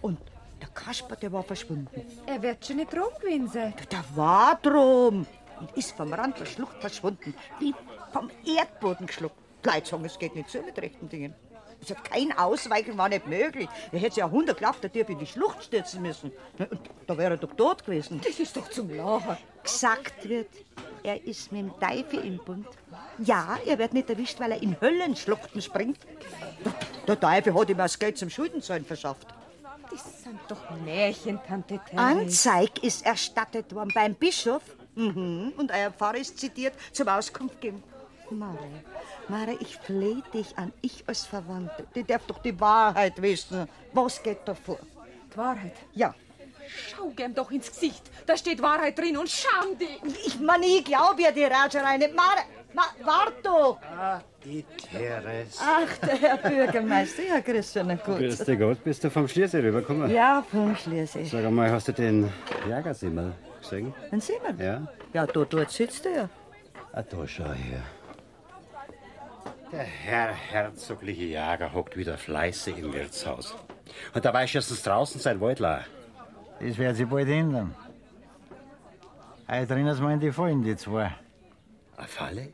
Und der Kasper, der war verschwunden. Er wird schon nicht drum gewesen sein. Der war drum und ist vom Rand der Schlucht verschwunden, wie vom Erdboden geschluckt. Die Leute sagen, es geht nicht so mit rechten Dingen. Es hat kein Ausweichen, war nicht möglich. Er hätte sich ja hundertklaft der Dirb in die Schlucht stürzen müssen. Na, Und da wäre er doch tot gewesen. Das ist doch zum Lachen. Gesagt wird, er ist mit dem Teufel im Bund. Ja, er wird nicht erwischt, weil er in Höllenschluchten springt. Der Teufel hat ihm das Geld zum Schuldenzahlen verschafft. Das sind doch Märchen, Tante Therese. Anzeig ist erstattet worden beim Bischof. Mhm. Und euer Pfarrer ist zitiert zum Auskunft geben. Mare, Mare, ich flehe dich an, ich als Verwandte. Die darf doch die Wahrheit wissen. Was geht da vor? Die Wahrheit? Ja. Schau gern doch ins Gesicht. Da steht Wahrheit drin und scham dich. Ich meine, ich glaube ja die Ratscherei nicht. Mare, ma, wart doch. Die Teres. Ah. Ach, der Herr Bürgermeister. Ja, grüß dich, na gut. Grüß dich Gott, bist du vom Schliersee rübergekommen? Ja, vom Schliersee. Sag einmal, hast du den Jägersimmel gesehen? Dann sehen wir. Ja? Ja, da, dort sitzt er ja. Ah, da schau her. Der Herr herzogliche Jäger hockt wieder fleißig im Wirtshaus. Und dabei schießt es draußen sein Waldler. Das wird sich bald ändern. Heute drinnen sind die Fallen, die zwei. Eine Falle?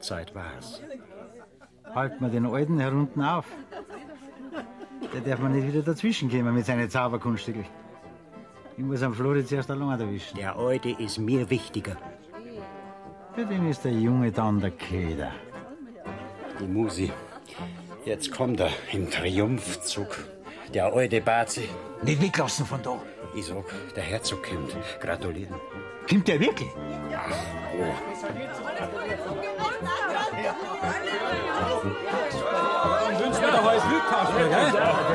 Zeit war's. Halten wir den Alten hier unten auf. Der darf man nicht wieder dazwischen kommen mit seinen Zauberkunststücken. Ich muss am Flori zuerst eine Lunge erwischen. Der Alte ist mir wichtiger. Für den ist der Junge dann der Köder. Die Musi. Jetzt kommt er im Triumphzug. Der alte Bazi. Nicht weglassen von da. Ich sag, der Herzog kommt. Gratulieren. Kommt der wirklich? Wünschen wir doch alles Glück, Kasper, gell?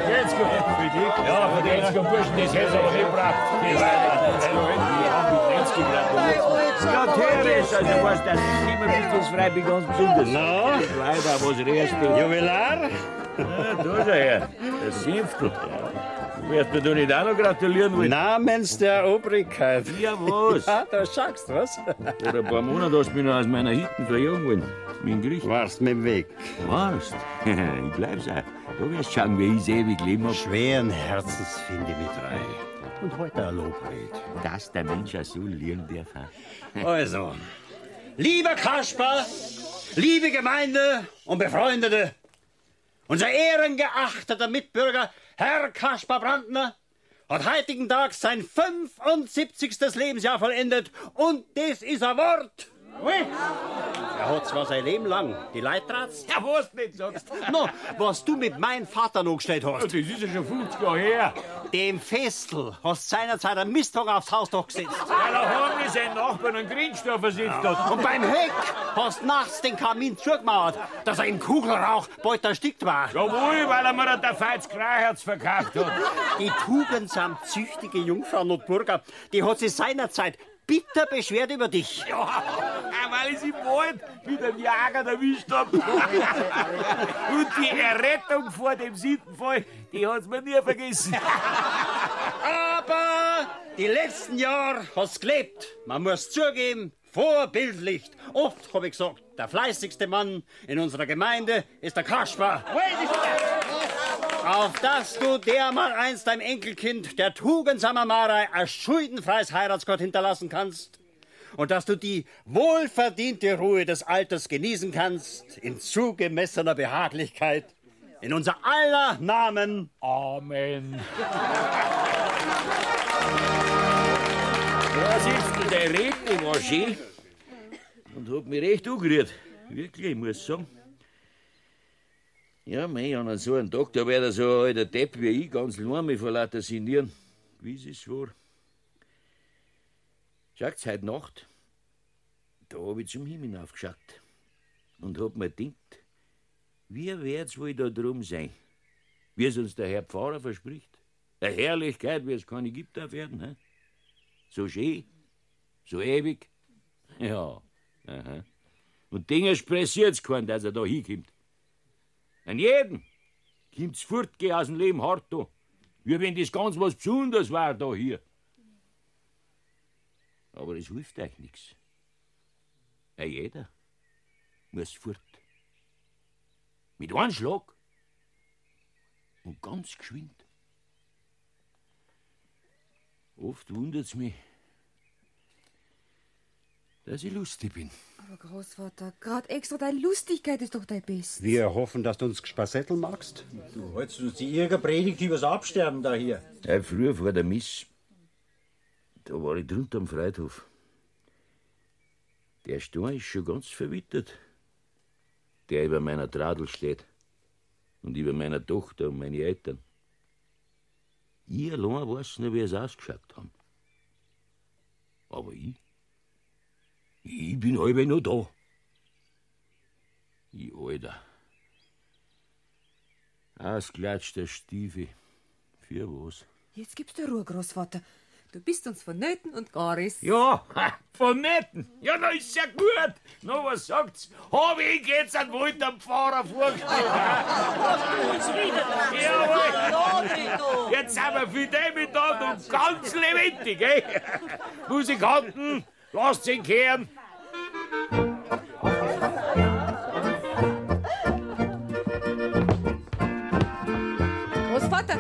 Jetzt gut. Für dich. Ja, für die Hetzger Burschen, das hätt's aber nicht gebracht. Die Ja, Teres, also weißt du, das ist immer mit uns Freibier ganz besonders. Na? Leider, was rührst du? Jubilar? Ja, Da ist er her. Der Siebtel. Wirst mir du nicht auch noch gratulieren wollen? Namens der Obrigkeit. Ja, was? Ja, da schaust du was. Vor ein paar Monaten hast du mich noch aus meiner Hitten verjagen wollen. Mein Griech. Warst mit dem Weg. Warst? ich bleib's auch. Du wirst schauen, wie ich's ewig leben hab. Schweren Herzens finde ich mit rein. Und heute ein Lobred. Dass der Mensch auch so lernen darf. Also, lieber Kasper, liebe Gemeinde und Befreundete, unser ehrengeachteter Mitbürger Herr Kaspar Brandner hat heutigen Tag sein 75. Lebensjahr vollendet und das ist ein Wort. Er hat zwar sein Leben lang die Leitratz. Ja, was nicht, sagst No, was du mit meinem Vater noch gestellt hast. Das ist ja schon 50 Jahre her. Dem Festl hast seinerzeit ein Misthang aufs Hausdach gesetzt. Weil er heimlich seinen Nachbarn einen Grünstoff versetzt hat. Und beim Heck hast nachts den Kamin zugemauert, dass er im Kugelrauch bald erstickt war. Jawohl, weil er mir ein feines Kreiherz verkauft hat. Die tugendsam züchtige Jungfrau und Burger, die hat sich seinerzeit bitter beschwert über dich. Auch weil ich sie bald mit einem Jäger erwischt hab. Und die Errettung vor dem siebten Fall, die hat's mir nie vergessen. Aber die letzten Jahre hast gelebt. Man muss zugeben, vorbildlich. Oft habe ich gesagt, der fleißigste Mann in unserer Gemeinde ist der Kaspar. Auf dass du dermal einst deinem Enkelkind, der tugendsamer Marei, ein schuldenfreies Heiratsgott hinterlassen kannst. Und dass du die wohlverdiente Ruhe des Alters genießen kannst, in zugemessener Behaglichkeit. In unser aller Namen. Amen. Da sitzt du, der redet nicht war schön. Und hat mich recht angerührt. Wirklich, muss ich sagen. Ja, mei, an so einem Tag, da wär der so ein alter Depp wie ich ganz lahme vor lauter Sinieren. Wie es ist war. Schaut's, heute Nacht, da hab ich zum Himmel aufgeschaut und hab mir gedacht, wie werd's wohl da drum sein, wie es uns der Herr Pfarrer verspricht. Eine Herrlichkeit, wie es keine gibt auf Erden. He? So schön, so ewig. Ja, aha. Und Dinge pressiert's keinen, dass er da hinkommt. An jeden kommt's fortgehen aus dem Leben hart da. Wie wenn das ganz was Besonderes war da hier. Aber es hilft euch nichts. Ein jeder muss fort. Mit einem Schlag und ganz geschwind. Oft wundert's mich, dass ich lustig bin. Aber Großvater, gerade extra deine Lustigkeit ist doch dein Best. Wir hoffen, dass du uns Spassettel magst. Du hältst uns die Irger Predigt übers Absterben da hier. Ja, Äh, früher vor der Miss, da war ich drunter am Friedhof. Der Stein ist schon ganz verwittert, der über meiner Tradel steht und über meiner Tochter und meine Eltern. Ich allein weiß nicht, wie es ausgeschaut haben. Aber ich, ich bin halb noch da. Ich alter. Ausgelatschter Stiefel. Für was? Jetzt gibst du Ruhe, Großvater. Du bist uns vonnöten und garis. Ja, von netten. Ja, na ist ja gut. Na, was sagt's? Hab ich jetzt einen alten Pfarrer vorgestellt? Uns wieder. Jawohl. Jetzt sind wir für den Mittag und ganz lebendig, eh? Musikanten, lasst ihn kehren. Großvater,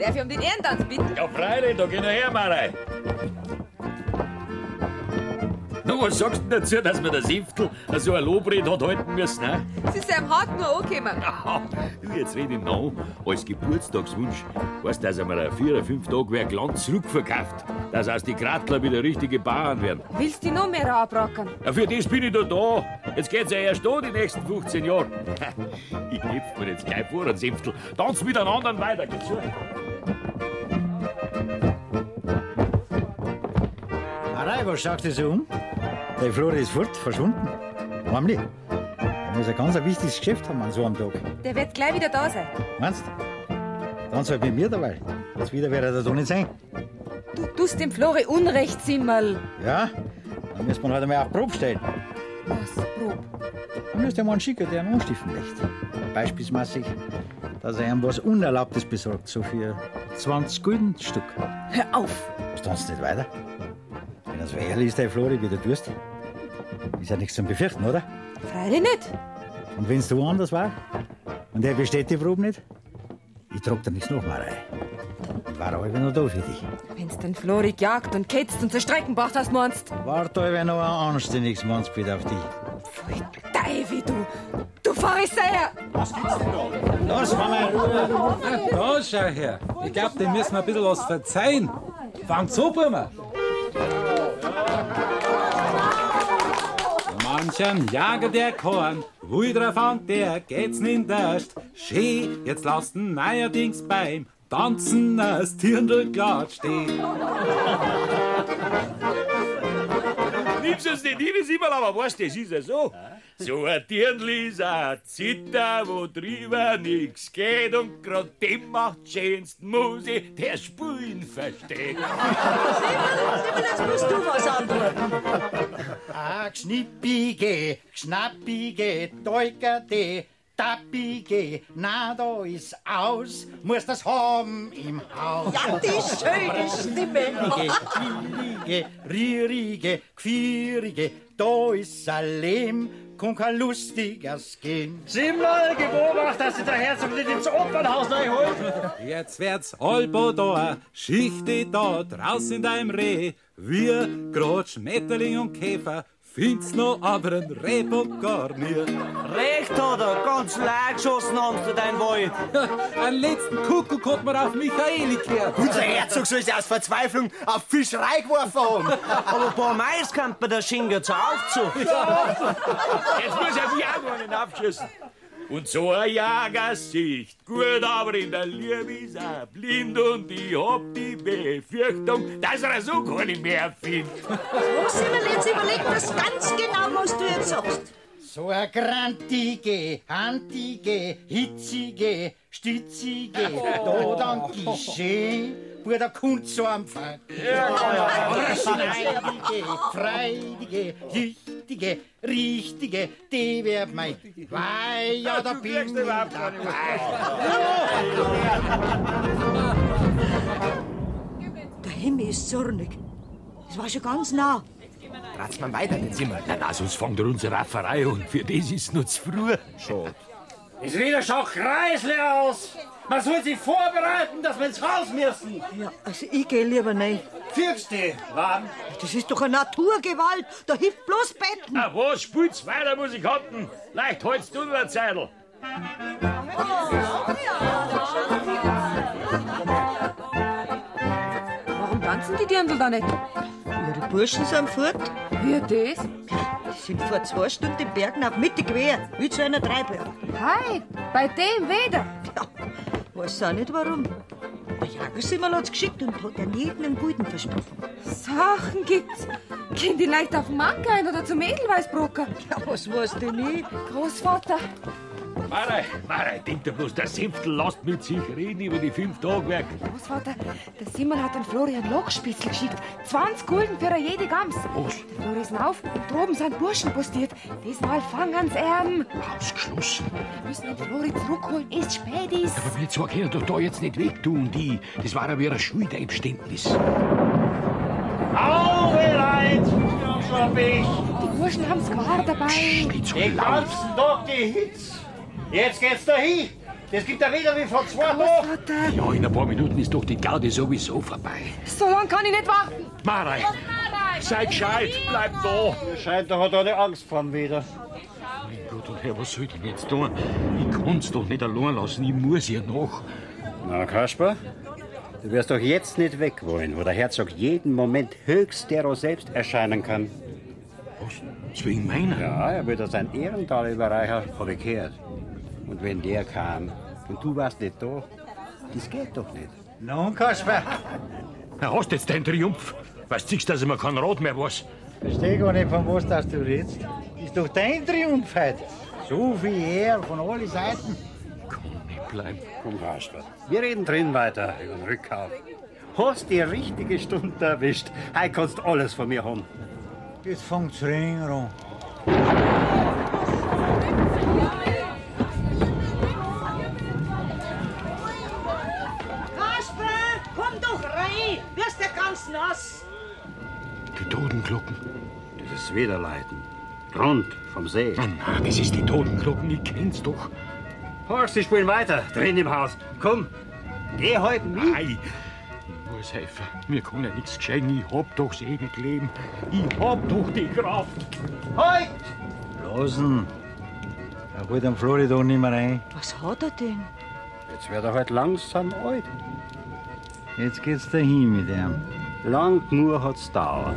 darf ich um den Ehrentanz bitten? Ja, freilich, da geh noch her, Marei. Na, was sagst du dazu, dass wir das Iftel so ein Lobred hat halten müssen, ne? Sie sind am Hart nur angekommen. Du, jetzt rede ich noch als Geburtstagswunsch. Weißt du, dass einmal ein vier, fünf Tage Werk Land zurückverkauft? Dass aus die Kratler wieder richtige Bauern werden. Willst du noch mehr anbracken? Ja, für das bin ich da da. Jetzt geht's ja erst da die nächsten 15 Jahre. Ich knüpfe mir jetzt gleich vor ein Senftel. Tanz miteinander weiter, geh zu. Marei, was schaust du so um? Der Flora ist fort, verschwunden. Heimlich. Er muss ein ganz ein wichtiges Geschäft haben an so einem Tag. Der wird gleich wieder da sein. Meinst du? Dann soll mit mir dabei. Jetzt wieder wird er da doch nicht sein. Du tust dem Flori Unrecht, Simmerl. Ja? Dann müssen wir heute mal auf Probe stellen. Was, Prob? Dann müsst ihr mal einen schicken, der einen anstiften lässt. Beispielsmäßig, dass er ihm was Unerlaubtes besorgt, so für 20 Gulden das Stück. Hör auf! Was tanzt nicht weiter? Wenn das Wehrl ist, der Flori wieder Durst. Ist ja nichts zum Befürchten, oder? Freilich nicht. Und wenn's du anders war? Und er besteht die Probe nicht? Ich trag dir nichts nach, Marei. War aber noch da für dich. Wenn's den Flori jagt und ketzt und zur Strecken braucht, hast meinst. Warte, wenn noch ein anständiges Mannsbild auf dich. Davy, du! Du Pharisäer! Was gibt's denn da? Los, Mama, in Ruhe! Da, schau her. Ich glaub, dem müssen wir ein bisschen was verzeihen. Fangt's so, Buben! Manchen jagen der Korn, ruhig drauf an, der geht's nicht erst. Schee, jetzt lasst ihn neuerdings beim Tanzen das Tierndl glatt stehen. Nimmst du es nicht hin, ist immer, aber weißt du, das ist ja so. So ein Dirndl ist ein Zitter, wo drüber nix geht und grad dem macht schönst Musik, der Spulen versteht. Jetzt musst du was antworten. Ah, Schnippige, Schnappige, Teukerte, Tappige, na, da ist aus, muss das haben im Haus. Ja, die schöne Stimme. Billige, rierige, quirige, da ist Salem, kann kein lustiges gehen. Siebenmal beobachtet, dass sich der Herzog nicht ins Opernhaus reinholt. Jetzt wird's halbo da, Schichte da, draus in deinem Reh. Wir, grad Schmetterling und Käfer, find's noch anderen Rehbock gar nicht. Recht hat er, ganz leer geschossen haben sie dein Wall. Einen letzten Kuckuck hat man auf Michaeli gehört. Unser Herzog soll sich aus Verzweiflung auf Fischerei geworfen haben. Aber ein paar Mais kommt bei der Schinger zur Aufzug. Jetzt muss er die auch einen abschießen. Und so ein Jager sieht gut, aber in der Liebe ist er blind und ich hab die Befürchtung, dass er so keine mehr findet. Muss ich mir jetzt überlegen, was ganz genau, was du jetzt sagst. So eine grantige, handige, hitzige, stitzige, Oh. da dann geschehen, wo der Kund so am Fang. Ja, ja, ja. Schneidige, freidige, richtige, richtige, die wird mein Weih, ja, da bin ich dabei. Der Himmel ist zornig. Es war schon ganz nah. Rat's mal weiter, den Zimmer. Na, na, sonst fängt er unsere Rafferei an. Für das ist noch zu früh. Schade. Ist wieder schon kreisler aus. Man soll sich vorbereiten, dass wir ins Haus müssen. Ja, also ich gehe lieber nicht. Fürchst du? Wann? Das ist doch eine Naturgewalt. Da hilft bloß Betten. Na, was spielt's weiter, Musikanten? Leicht holst du nur eine Zeitl. Warum tanzen die Dirndl da nicht? Ja, die Burschen sind fort. Wie das? Die sind vor zwei Stunden in Bergen auf Mitte quer, wie zu einer Treibjagd. Hi, bei dem wieder. Weiß auch nicht warum. ja, der Simon hat's geschickt und hat an jeden einen guten versprochen. Sachen gibt's. Gehen die Leute auf Manga ein oder zum Edelweißbrocker? Ja, was weißt du nicht? Großvater, Marei, Marei, denk dir bloß, der Senftel lässt mit sich reden über die fünf Tagwerk. Großvater, der Simon hat den Florian Lochspitzel geschickt. 20 Gulden für eine jede Gams. Der Florian ist auf, droben sind Burschen postiert. Diesmal fangen's Erben. Ausgeschlossen. Wir müssen den Flori zurückholen, ist spät ist. Aber wir zwei können doch da jetzt nicht weg, du und ich. Das war ja wie ein Schuldeingeständnis. Auge rein, Schlumpfschlumpfig! Die Burschen haben's gewahr dabei. Den ganzen Tag die Hitze. Jetzt geht's dahin. Das gibt ja wieder wie vor zwei Tagen. Ja, in ein paar Minuten ist doch die Gaudi sowieso vorbei. So lange kann ich nicht warten. Marei, sei gescheit, bleib da. Scheint, da hat er eine Angst vor ihm wieder. Mein Gott, und Herr, was soll ich denn jetzt tun? Ich kann's doch nicht allein lassen, ich muss ihr nach. Na, Kasper, du wirst doch jetzt nicht weg wollen, wo der Herzog jeden Moment höchst derer selbst erscheinen kann. Was? Wegen meiner? Ja, er wird sein Ehrental überreichen, habe ich gehört. Und wenn der kam und du warst nicht da, das geht doch nicht. Na, und Kasper? Na, hast jetzt deinen Triumph. Weißt du, dass ich mir kein Rat mehr weiß? Verstehe gar nicht, von was das du redest. Ist doch dein Triumph heute. So viel her, von allen Seiten. Bleib. Komm, Kasper. Wir reden drin weiter über den Rückkauf. Hast die richtige Stunde erwischt. Heute kannst du alles von mir haben. Jetzt fängt's Regen an. Kasper, komm doch rein! Wirst ja ganz nass! Die Totenglocken. Dieses Widerleiten. Rund vom See. Ah, das ist die Totenglocken, ich kenn's doch. Horst, sie spielen weiter. Drin im Haus. Komm, geh heute mit. Nein, ich muss helfen. Mir kann ja nichts geschehen. Ich hab doch das ewige Leben. Ich hab doch die Kraft. Halt! Losen. Er holt den Flori da nicht mehr rein. Was hat er denn? Jetzt wird er halt langsam alt. Jetzt geht's dahin mit ihm. Lang nur hat's dauert.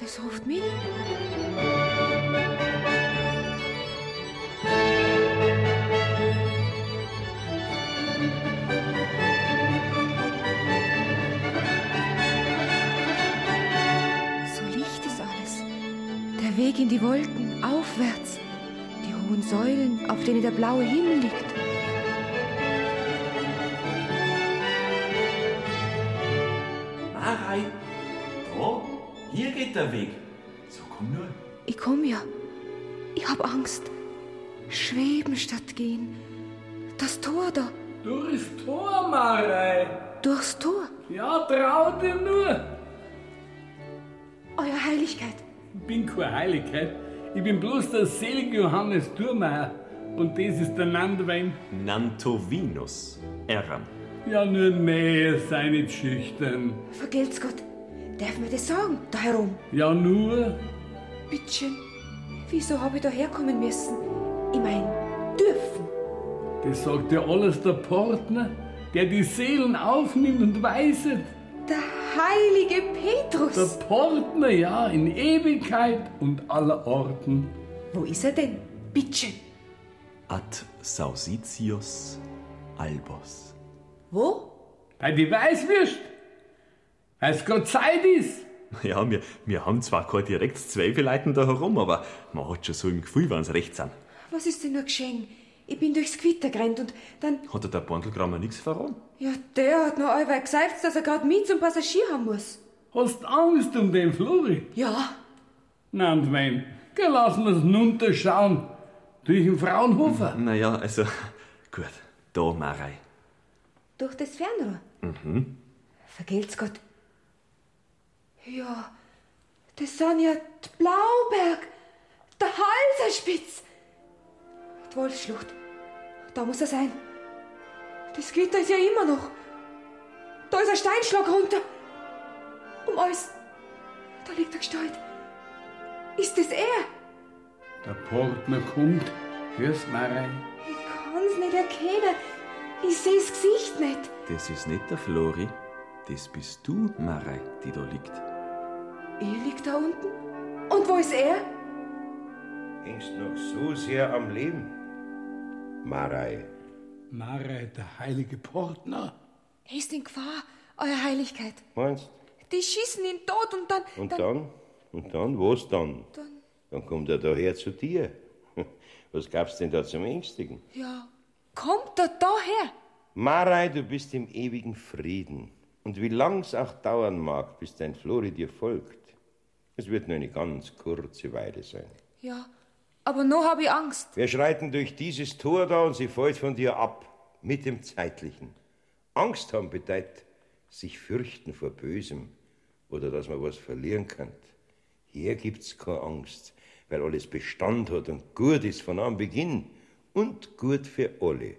Das ruft mich. So Licht ist alles. Der Weg in die Wolken, aufwärts. Die hohen Säulen, auf denen der blaue Himmel liegt. Marei, da, hier geht der Weg. So komm nur. Ich komm ja. Ich hab Angst. Schweben statt gehen. Das Tor da, Durchs Tor, Marei. durchs Tor. Ja, trau dir nur. Euer Heiligkeit. Ich bin keine Heiligkeit. Ich bin bloß der selige Johannes Thurmeier. Und das ist der Nandwein. Nantovinus, Erram. Ja, nur mehr, sei nicht schüchtern. Vergelt's Gott. Darf mir das sagen, da herum? Ja, nur. Bittchen, wieso hab ich da herkommen müssen? Ich mein, dürfen. Das sagt ja alles der Partner, der die Seelen aufnimmt und weiset. Der heilige Petrus. Der Partner, ja, in Ewigkeit und aller Orten. Wo ist er denn? Bittchen. Ad sausitius albos. Wo? Bei die Weißwürst. Als Gott Zeit ist. Ja, wir, wir haben zwar keine direkt Zweifeleiten da herum, aber man hat schon so im Gefühl, wenn's recht sind. Was ist denn nur geschehen? Ich bin durchs Gewitter gerannt und dann... Hat dir der Bandelgrammer nichts verraten? Ja, der hat noch allweil geseift, dass er grad mich zum Passagier haben muss. Hast Angst um den Flori? Ja. Na, und mein, geh, lassen wir's nun schauen. Durch den Fraunhofer. Naja, also Gut, da mach ich. Durch das Fernrohr. Mhm. Vergelt's Gott. Ja, das sind ja die Blauberg, der Halserspitz. Die Wolfsschlucht. Da muss er sein. Das Gitter ist ja immer noch. Da ist ein Steinschlag runter. Um alles. Da liegt er gestalt. Ist das er? Der Partner kommt. Hörst Marei? Ich kann's nicht erkennen. Ich seh's Gesicht nicht. Das ist nicht der Flori. Das bist du, Marei, die da liegt. Er liegt da unten. Und wo ist er? Hängst noch so sehr am Leben. Marei, Marei, der heilige Partner. Er ist in Gefahr, Euer Heiligkeit. meinst Die schießen ihn tot und dann. Und dann? Und dann? Was dann? Dann- Dann kommt er daher zu dir. Was gab's denn da zum Ängstigen? Ja, kommt er daher? Marei, du bist im ewigen Frieden. Und wie lang's auch dauern mag, bis dein Flori dir folgt, es wird nur eine ganz kurze Weile sein. Ja, aber noch habe ich Angst. Wir schreiten durch dieses Tor da und sie fällt von dir ab, mit dem Zeitlichen. Angst haben bedeutet, sich fürchten vor Bösem oder dass man was verlieren kann. Hier gibt's keine Angst, weil alles Bestand hat und gut ist von Anbeginn und gut für alle.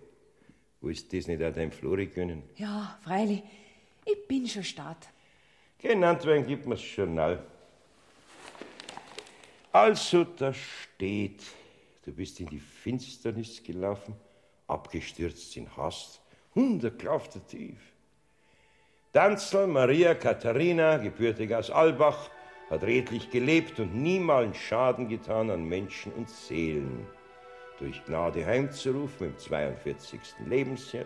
Willst du das nicht auch deinem Flori gönnen? Ja, freilich. Ich bin schon stark. Genannt werden gibt mir's Journal. Also, da steht, du bist in die Finsternis gelaufen, abgestürzt in Hast, hundertklafter tief. Danzel Maria Katharina, gebürtig aus Albach, hat redlich gelebt und niemals Schaden getan an Menschen und Seelen. Durch Gnade heimzurufen im 42. Lebensjahr.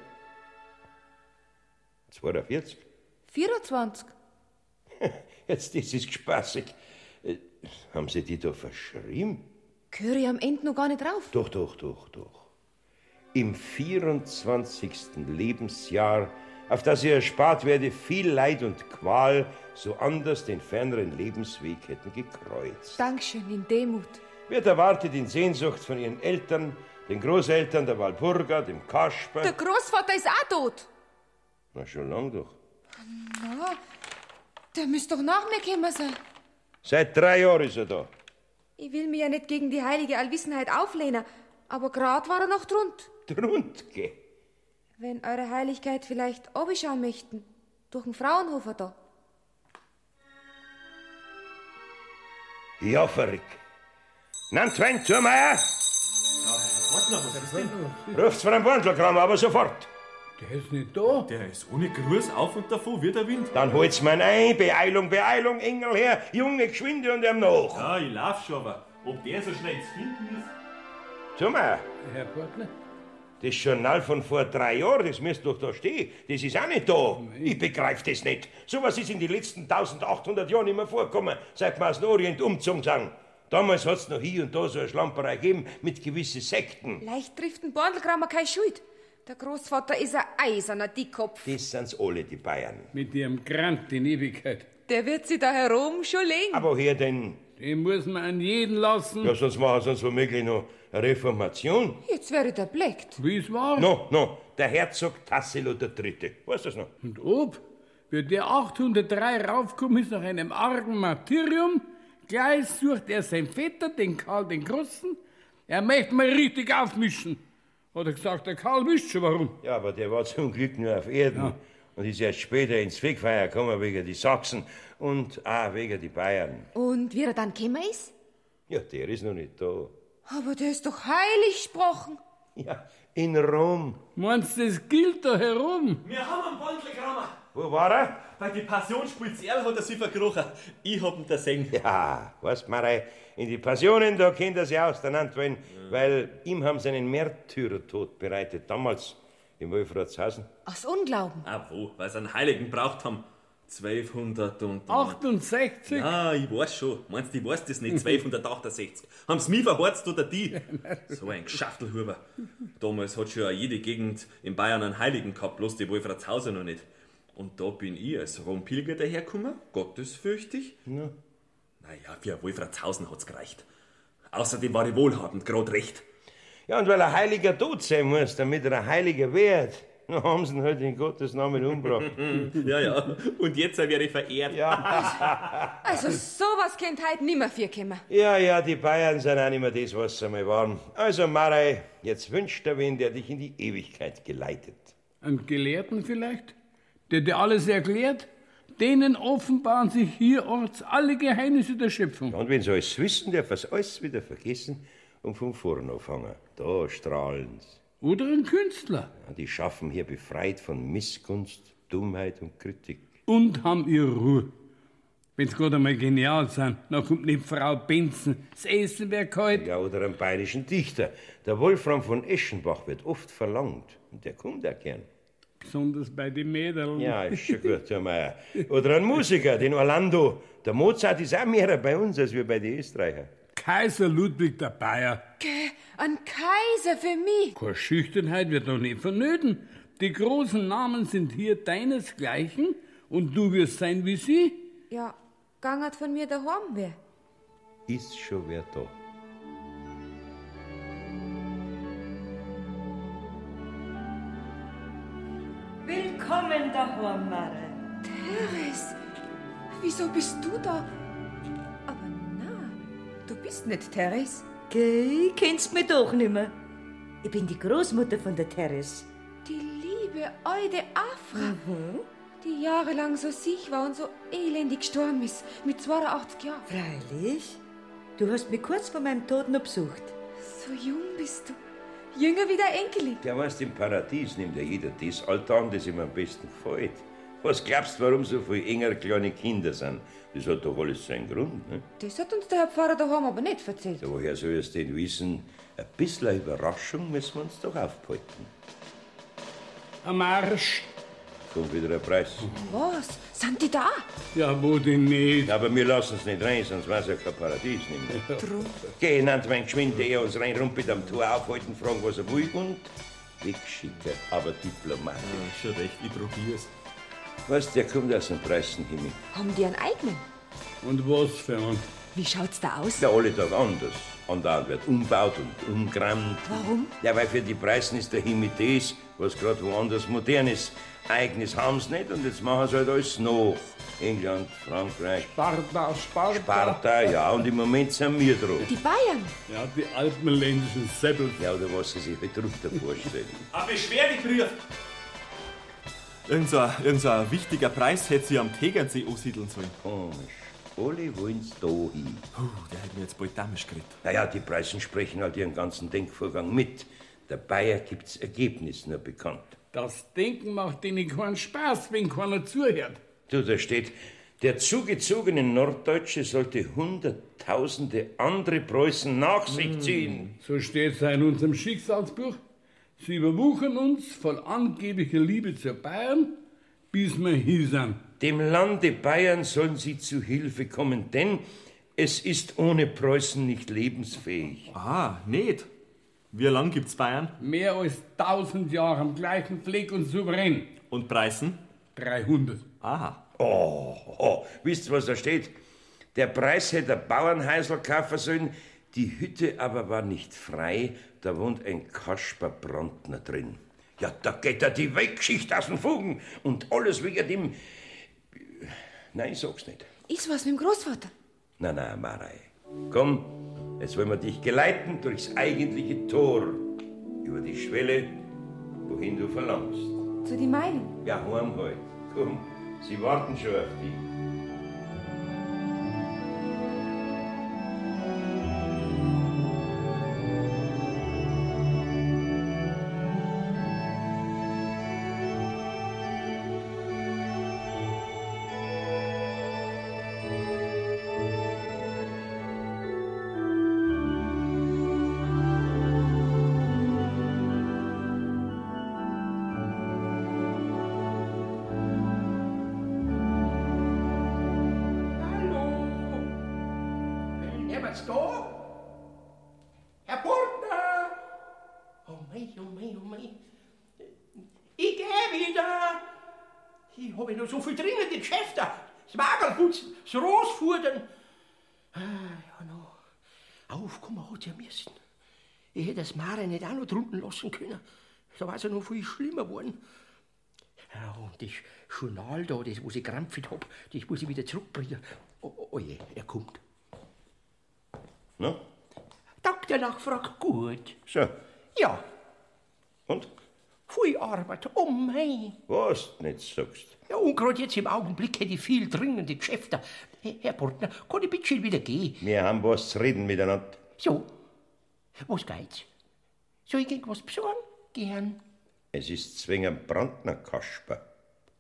42? 24. Jetzt ist es spaßig. Äh, Haben Sie die da verschrieben? Gehöre ich am Ende noch gar nicht drauf. Doch, doch, doch, doch. Im 24. Lebensjahr, auf das ihr erspart werde, viel Leid und Qual, so anders den ferneren Lebensweg hätten gekreuzt. Dankeschön, in Demut. Wird erwartet in Sehnsucht von ihren Eltern, den Großeltern der Walburga, dem Kasper. Der Großvater ist auch tot. Na, schon lang doch. Na, der müsste doch nach mir gekommen sein. Seit drei Jahren ist er da. Ich will mich ja nicht gegen die heilige Allwissenheit auflehnen, aber grad war er noch drunt. Drund, geh. Wenn Eure Heiligkeit vielleicht obischauen möchten, durch den Frauenhofer da. Ja, verrick. Nannt Wein, Thurmeier! Warte noch, was ist denn? Ruft's von einem Wandelkram, aber sofort. Der ist nicht da. Der ist ohne Gruß auf und davon wie der Wind. Dann holt's mein ein. Beeilung, Beeilung, Engel her. Junge, geschwinde und ihm nach. Ja, ich lauf schon, aber ob der so schnell zu finden ist? Thurmeier, Herr Partner? das Journal von vor drei Jahren, das müsst doch da stehen. Das ist auch nicht da. Ich begreif das nicht. Sowas ist in den letzten 1800 Jahren immer vorgekommen, seit wir aus dem Orient umgezogen sind. Damals hat's noch hier und da so eine Schlamperei gegeben mit gewissen Sekten. Leicht trifft den Bordelkramer keine Schuld. Der Großvater ist ein eiserner Dickkopf. Das sind's alle, die Bayern. Mit ihrem Grant in Ewigkeit. Der wird sie da herum schon legen. Aber woher denn? Den muss man an jeden lassen. Ja, sonst machen sie uns womöglich noch eine Reformation. Jetzt wäre ich erblickt. Wie es war? No, no, der Herzog Tassilo der Dritte. Weißt du das noch? Und ob? Wird der 803 raufkommen, ist nach einem argen Martyrium. Gleich sucht er seinen Vetter, den Karl den Großen. Er möchte mal richtig aufmischen. Hat er gesagt, der Karl wisst schon warum. Ja, aber der war zum Glück nur auf Erden und ist erst später ins Fegfeuer gekommen wegen die Sachsen und auch wegen die Bayern. Und wie er dann gekommen ist? Ja, der ist noch nicht da. Aber der ist doch heilig gesprochen. Ja, in Rom. Meinst du, das gilt da herum? Wir haben einen Bandelkrammer. Wo war er? Bei die Passionsspitze Erl hat er sich verkrochen. Ich hab ihn da sehen. Ja, weißt Marei, in die Passionen, da kennt er sich aus, der Nantwein, weil ihm haben sie einen Märtyrertod bereitet, damals im Wolfratshausen. Aus Unglauben. Ah, wo? Weil sie einen Heiligen braucht haben. 1200 und. 68? Ah, ich weiß schon. Meinst du, ich weiß das nicht? 1268. Haben sie mich verhorzt oder die? So ein Geschaftelhuber. Damals hat schon jede Gegend in Bayern einen Heiligen gehabt, bloß die Wolfratshausen noch nicht. Und da bin ich als Rompilger dahergekommen, gottesfürchtig. Ja. Naja, für Wolfratshausen hat's gereicht. Außerdem war ich wohlhabend, grad recht. Ja, und weil er heiliger tot sein muss, damit er ein heiliger wird, dann haben sie ihn halt in Gottes Namen umgebracht. ja, ja. Und jetzt werde ich verehrt. Also sowas kennt halt nimmer viel kommen. Ja, ja, die Bayern sind auch nicht mehr das, was sie einmal waren. Also, Marei, jetzt wünscht er wen, der dich in die Ewigkeit geleitet. Einen Gelehrten vielleicht, der dir alles erklärt, denen offenbaren sich hierorts alle Geheimnisse der Schöpfung. Und wenn sie alles wissen, darf er alles wieder vergessen und von vorn anfangen. Da strahlen sie. Oder ein Künstler. Ja, die schaffen hier befreit von Missgunst, Dummheit und Kritik. Und haben ihre Ruhe. Wenn's gerade einmal genial sind, dann kommt nicht Frau Benzen, das Essen wäre kalt. Ja, oder einen bayerischen Dichter. Der Wolfram von Eschenbach wird oft verlangt. Und der kommt auch gern. Besonders bei den Mädeln. Ja, ist schon gut, Herr Meier. Oder ein Musiker, den Orlando. Der Mozart ist auch mehr bei uns als wir bei den Österreichern. Kaiser Ludwig der Bayer. Geh, ein Kaiser für mich. Keine Schüchternheit wird doch nicht vernöten. Die großen Namen sind hier deinesgleichen und du wirst sein wie sie. Ja, gangert von mir daheim wer. Ist schon wer da. Willkommen daheim, Mare. Teres, wieso bist du da? Aber na, du bist nicht Teres. Geh, kennst mich doch nimmer. Ich bin die Großmutter von der Teres. Die liebe alte Afra, die jahrelang so sich war und so elendig gestorben ist, mit 82 Jahren. Freilich. Du hast mich kurz vor meinem Tod noch besucht. So jung bist du. Jünger wie der Enkelin. Ja, weißt, im Paradies nimmt ja jeder das Alter an, das ihm am besten gefällt. Was glaubst du, warum so viele enger kleine Kinder sind? Das hat doch alles seinen Grund, ne? Das hat uns der Herr Pfarrer daheim aber nicht erzählt. Ja, woher soll es denn wissen? Ein bisschen Überraschung müssen wir uns doch aufbehalten. Am Arsch. Kommt wieder ein Preis. Was? Sind die da? Ja, wo denn nicht? Aber wir lassen es nicht rein, sonst weiß ja kein Paradies nicht mehr. Drum. Geh hinant, mein eh, Geschwind, ehe uns reinrumpelt am Tor aufhalten, fragen, was er will und wegschicken, aber diplomatisch. schon recht, ich probier's. Weißt, der kommt aus dem Preisenhimmel. Haben die einen eigenen? Und was für ein? Wie schaut's da aus? Der alle Tag anders. Andauernd wird umbaut und umgerammt. Warum? Ja, weil für die Preisen ist der Himmel das, was gerade woanders modern ist. Eigenes haben sie nicht und jetzt machen sie halt alles nach. England, Frankreich. Sparta, Sparta. Sparta, ja, und im Moment sind wir dran. Die Bayern. Ja, die altmailändischen Säbel. Ja, oder was sie sich halt drunter vorstellen. Ein Beschwerdebrief! Irgend so, ein- irgend so ein wichtiger Preis hätte sie am Tegernsee ansiedeln sollen. Komisch. Alle wollen's da hin. der hätte mir jetzt bald damisch geredet. Naja, die Preisen sprechen halt ihren ganzen Denkvorgang mit. Der Bayer gibt's Ergebnis nur bekannt. Das Denken macht ihnen keinen Spaß, wenn keiner zuhört. Du, da steht, der zugezogene Norddeutsche sollte hunderttausende andere Preußen nach sich ziehen. Hm. So steht es in unserem Schicksalsbuch. Sie überwuchern uns von angeblicher Liebe zu Bayern, bis wir hier sind. Dem Lande Bayern sollen sie zu Hilfe kommen, denn es ist ohne Preußen nicht lebensfähig. Ah, nicht? Wie lang gibt's Bayern? Mehr als 1000 Jahre am gleichen Fleck und souverän. Und Preisen? 300. Aha. Oh, oh, wisst ihr, was da steht? Der Preis hätte ein Bauernhäusl kaufen sollen, die Hütte aber war nicht frei, da wohnt ein Kasper Brandner drin. Ja, da geht er die Wegschicht aus dem Fugen und alles wegen dem... Nein, ich sag's nicht. Ist was mit dem Großvater? Na, na, Marei. Komm, jetzt wollen wir dich geleiten durchs eigentliche Tor. Über die Schwelle, wohin du verlangst. Zu die meinen? Ja, heim halt. Komm, sie warten schon auf dich. Jemand da? Herr Burtner! Oh mei, oh mei, oh mei. Ich geh wieder! Ich habe noch so viel dringende Geschäfte. Das Magerputzen, das Rosfudern. Ah, ja, no. Aufkommen hat ja müssen. Ich hätte das Mare nicht auch noch drunten lassen können. Da war es ja noch viel schlimmer geworden. Ja, und das Journal da, das, was ich krampft hab, das muss ich wieder zurückbringen. Oh, oh je, er kommt. Na? Dank der Nachfrage, gut. Schon. Ja. Und? Viel Arbeit, oh mein. Was du nicht sagst. Ja, und gerade jetzt im Augenblick hätte ich viel dringende Geschäfte. Herr Portner, kann ich bitte schön wieder gehen? Wir haben was zu reden miteinander. So, was geht's? Soll ich irgendwas besorgen? Gern. Es ist zwingend Brandner Kasper.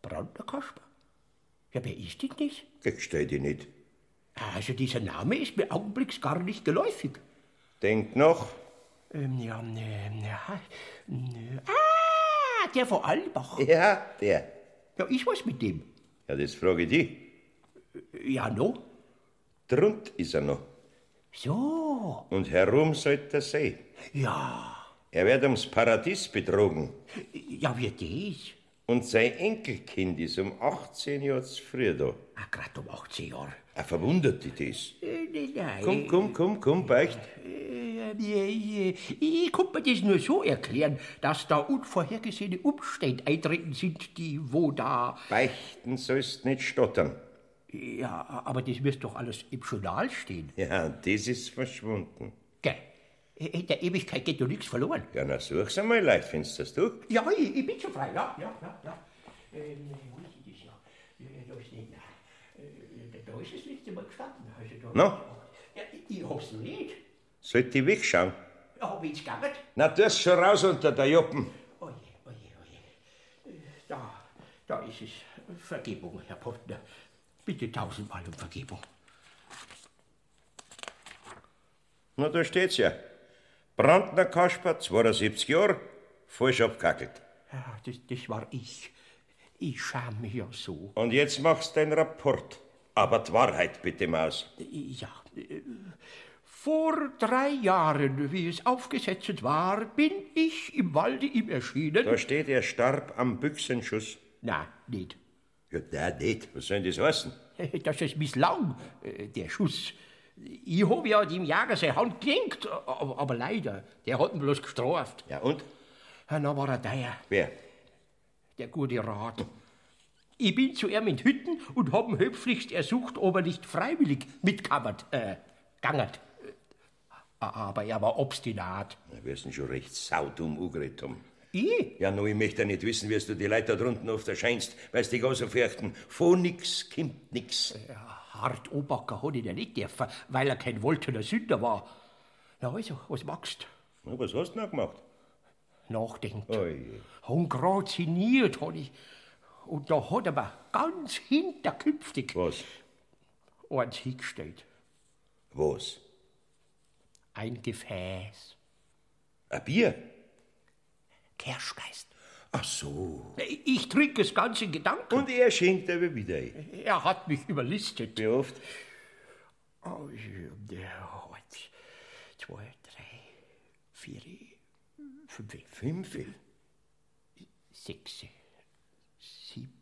Brandner Kasper? Ja, wer ist denn das? Ich stell dich nicht. Also dieser Name ist mir augenblicks gar nicht geläufig. Denk noch. Ähm, ja, ähm, ja, ähm, ah, der von Albach. Ja, der. Ja, ich was mit dem. Ja, das frage ich dich. Ja, no. Drunt ist er noch. So. Und herum sollte er sein. Ja. Er wird ums Paradies betrogen. Ja, wie das? Und sein Enkelkind ist um 18 Jahre zu früh da. Ah, grad um 18 Jahre. Er verwundert dich das. Äh, nein, nein. Komm, komm, komm, komm, beicht. Ähm, äh, äh, Ich konnte mir das nur so erklären, dass da unvorhergesehene Umstände eintreten sind, die wo da. Beichten sollst nicht stottern. Ja, aber das müsste doch alles im Journal stehen. Ja, das ist verschwunden. Gell? In der Ewigkeit geht doch nichts verloren. Ja, na such's einmal leicht, findest das du? Ja, ich, ich bin schon frei, ja, ja, ja. ja. Ähm, wo ist denn das ja? Äh, Da ist nicht. Äh, da ist das letzte Mal gestanden. Also da Na, Ja, ich, ich hab's noch nicht. sollte ich wegschauen? Ja, hab ich gegangen. Na, das schon raus unter der Juppen. Äh, Da, da ist es. Vergebung, Herr Portner. Bitte tausendmal um Vergebung. Na, da steht's ja. Brandner Kasper, 72 Jahre, falsch abgehackelt. Ja, das, das war ich. Ich scham mich ja so. Und jetzt machst du den Rapport. Aber die Wahrheit bitte, Maus. Ja. äh, Vor drei Jahren, wie es aufgesetzt war, bin ich im Walde ihm erschienen. Da steht, er starb am Büchsenschuss. Na, nicht. Ja, nein, nicht. Was soll denn das heißen? Das ist misslang, äh, der Schuss. Ich hab ja dem Jäger seine Hand gelenkt, aber, aber leider, der hat ihn bloß gestraft. Ja, und? Na, war er teuer, Wer? der gute Rat. Ich bin zu ihm in die Hütten und hab ihn höflichst ersucht, ob er nicht freiwillig mitkammert, äh, gangert. Aber er war obstinat. Wir wirst ihn schon recht saudum angeredet haben. Ich? Ja, nur ich möchte nicht wissen, wirst du die Leute da drunten oft erscheinst, weil die gar so fürchten. Von nix kommt nix. Hart Obacker hat ihn ja nicht dürfen, weil er kein woltener Sünder war. Na also, was magst? Na, was hast du noch gemacht? Nachdenkt. Und graziniert hab ich. Und da hat er mir ganz hinterkünftig was? eins hingestellt. Was? Ein Gefäß. Ein Bier? Kerschgeist. Ach so. Ich trinke es ganz in Gedanken. Und er schenkt aber wieder ein. Er hat mich überlistet. Wie oft? Oh, ja, eins, zwei, drei, vier, fünf, Fünf? sechs, sieben,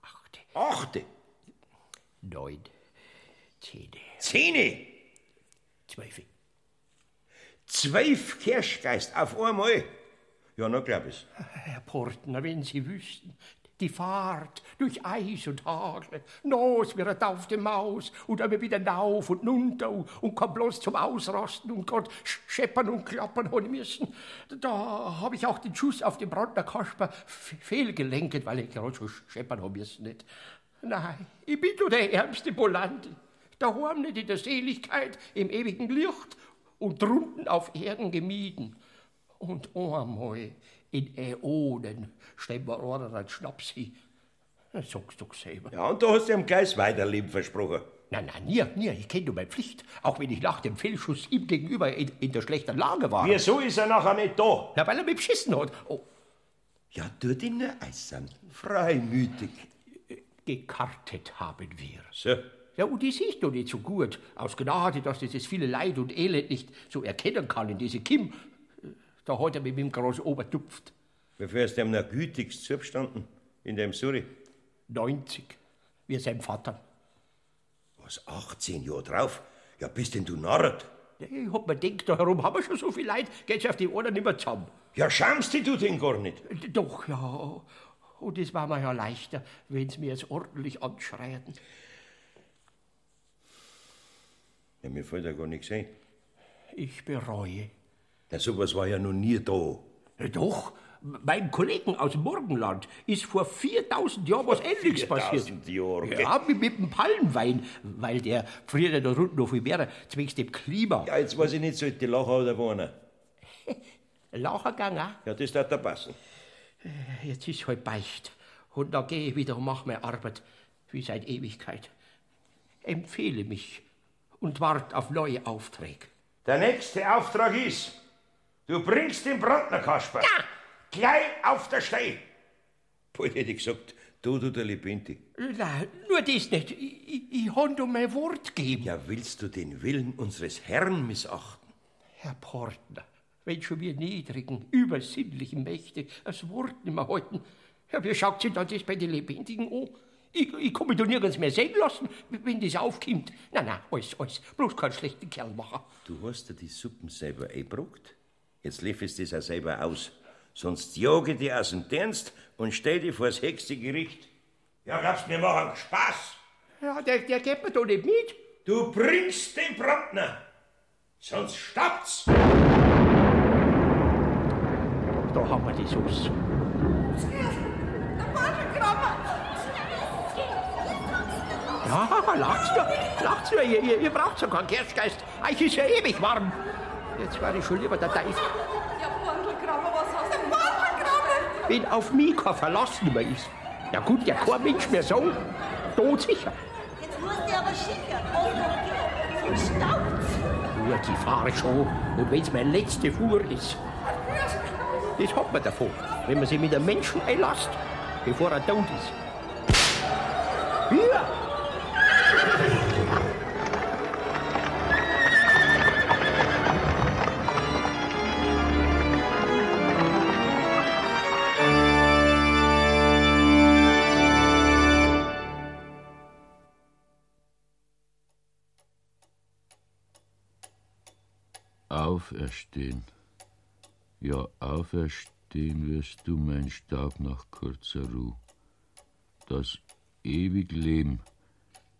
acht, Achte! neun, zehn, Zehn! zwölf. Zwölf Kirschgeist auf einmal! Ja, na, glaub ich's. Herr Portner, wenn Sie wüssten, die Fahrt durch Eis und Hagel, nos wie eine taufte Maus und einmal wieder nauf und nunter und kam bloß zum Ausrasten und Gott scheppern und klappern haben müssen. Da habe ich auch den Schuss auf den Brandner Kasper f- fehlgelenkt, weil ich gerade so scheppern haben müssen. Nicht. Nein, ich bin doch der ärmste Polante. Daheim nicht in der Seligkeit, im ewigen Licht und drunten auf Erden gemieden. Und einmal in Äonen stellen wir einer einen Schnaps hin. Das sagst du doch selber. Ja, und da hast du ihm gleich weiterleben versprochen. Nein, nein, nie, nie. Ich kenne nur meine Pflicht. Auch wenn ich nach dem Fehlschuss ihm gegenüber in, in der schlechten Lage war. Wieso ist er nachher nicht da? Na, weil er mich beschissen hat. Oh, Ja, tu dich nur eisern. Freimütig. gekartet haben wir. So, Ja, und die sieht doch nicht so gut. Aus Gnade, dass dieses viele Leid und Elend nicht so erkennen kann in diese Kim. äh, Da hat er mit dem großen Obertupft. bevor du ihm noch gütigst zugestanden in dem Suri. 90. Wie sein Vater. Was, 18 Jahre drauf? Ja, bist denn du narrt? Ich hab mir gedacht, da herum haben wir schon so viel Leid, geht's auf die anderen nicht mehr zusammen. Ja, schamst dich du denn gar nicht. Doch, ja. Und es war mir ja leichter, wenn sie mir jetzt ordentlich anschreien. Ja, mir fällt ja gar nichts ein. Ich bereue. Na, sowas war ja noch nie da. Doch, meinem Kollegen aus dem Morgenland ist vor 4000 Jahren was Ähnliches passiert. 4000 Jahre. Ja, mit, mit dem Palmwein, weil der friert ja da unten noch viel mehr, zwecks dem Klima. Ja, jetzt weiß ich nicht, sollte Lacher oder wohnen. Lachergang auch. Ja, das darf da passen. Jetzt ist halt Beicht. Und dann gehe ich wieder und mache meine Arbeit, wie seit Ewigkeit. Empfehle mich und warte auf neue Aufträge. Der nächste Auftrag ist, du bringst den Brandner Kasper. Ja. Gleich auf der Stelle. Bald hätte ich gesagt, du, du, der Lebendi. Nein, nur das nicht. Ich, ich, ich habe um mein Wort gegeben. Ja, willst du den Willen unseres Herrn missachten? Herr Portner, wenn schon wir niedrigen, übersinnlichen Mächte das Wort nicht mehr halten, ja, wie schaut sich dann das bei den Lebendigen an? Ich, ich kann mich da nirgends mehr sehen lassen, wenn das aufkommt. Nein, nein, alles, alles. Bloß keinen schlechten Kerl machen. Du hast ja die Suppen selber eingebrockt. Jetzt lief es das auch selber aus. Sonst jage ich dich aus dem Dienst und stell dich vors höchste Gericht. Ja, glaubst du, wir machen Spaß? Ja, der, der geht mir doch nicht mit. Du bringst den Brandner, sonst staubt's. Da haben wir die Sauce. Ja, lacht's nur, lacht's nur, ihr, ihr, ihr braucht ja keinen Kerschgeist. Euch ist ja ewig warm. Jetzt war ich schon lieber der Teufel. Ja, Bordelkrammer, was hast du? Bordelkrammer! Wenn auf mich kein Verlass mehr ist, ja gut, ja kein Mensch mehr so, tot sicher. Jetzt musst du aber schicken. Oh, okay. Und staubt's. Nur die fahre schon. Und wenn's meine letzte Fuhr ist, das hat man davon, wenn man sich mit einem Menschen einlässt, bevor er tot ist. Hier! Auferstehen. Ja, auferstehen wirst du, mein Stab, nach kurzer Ruhe. Das ewig Leben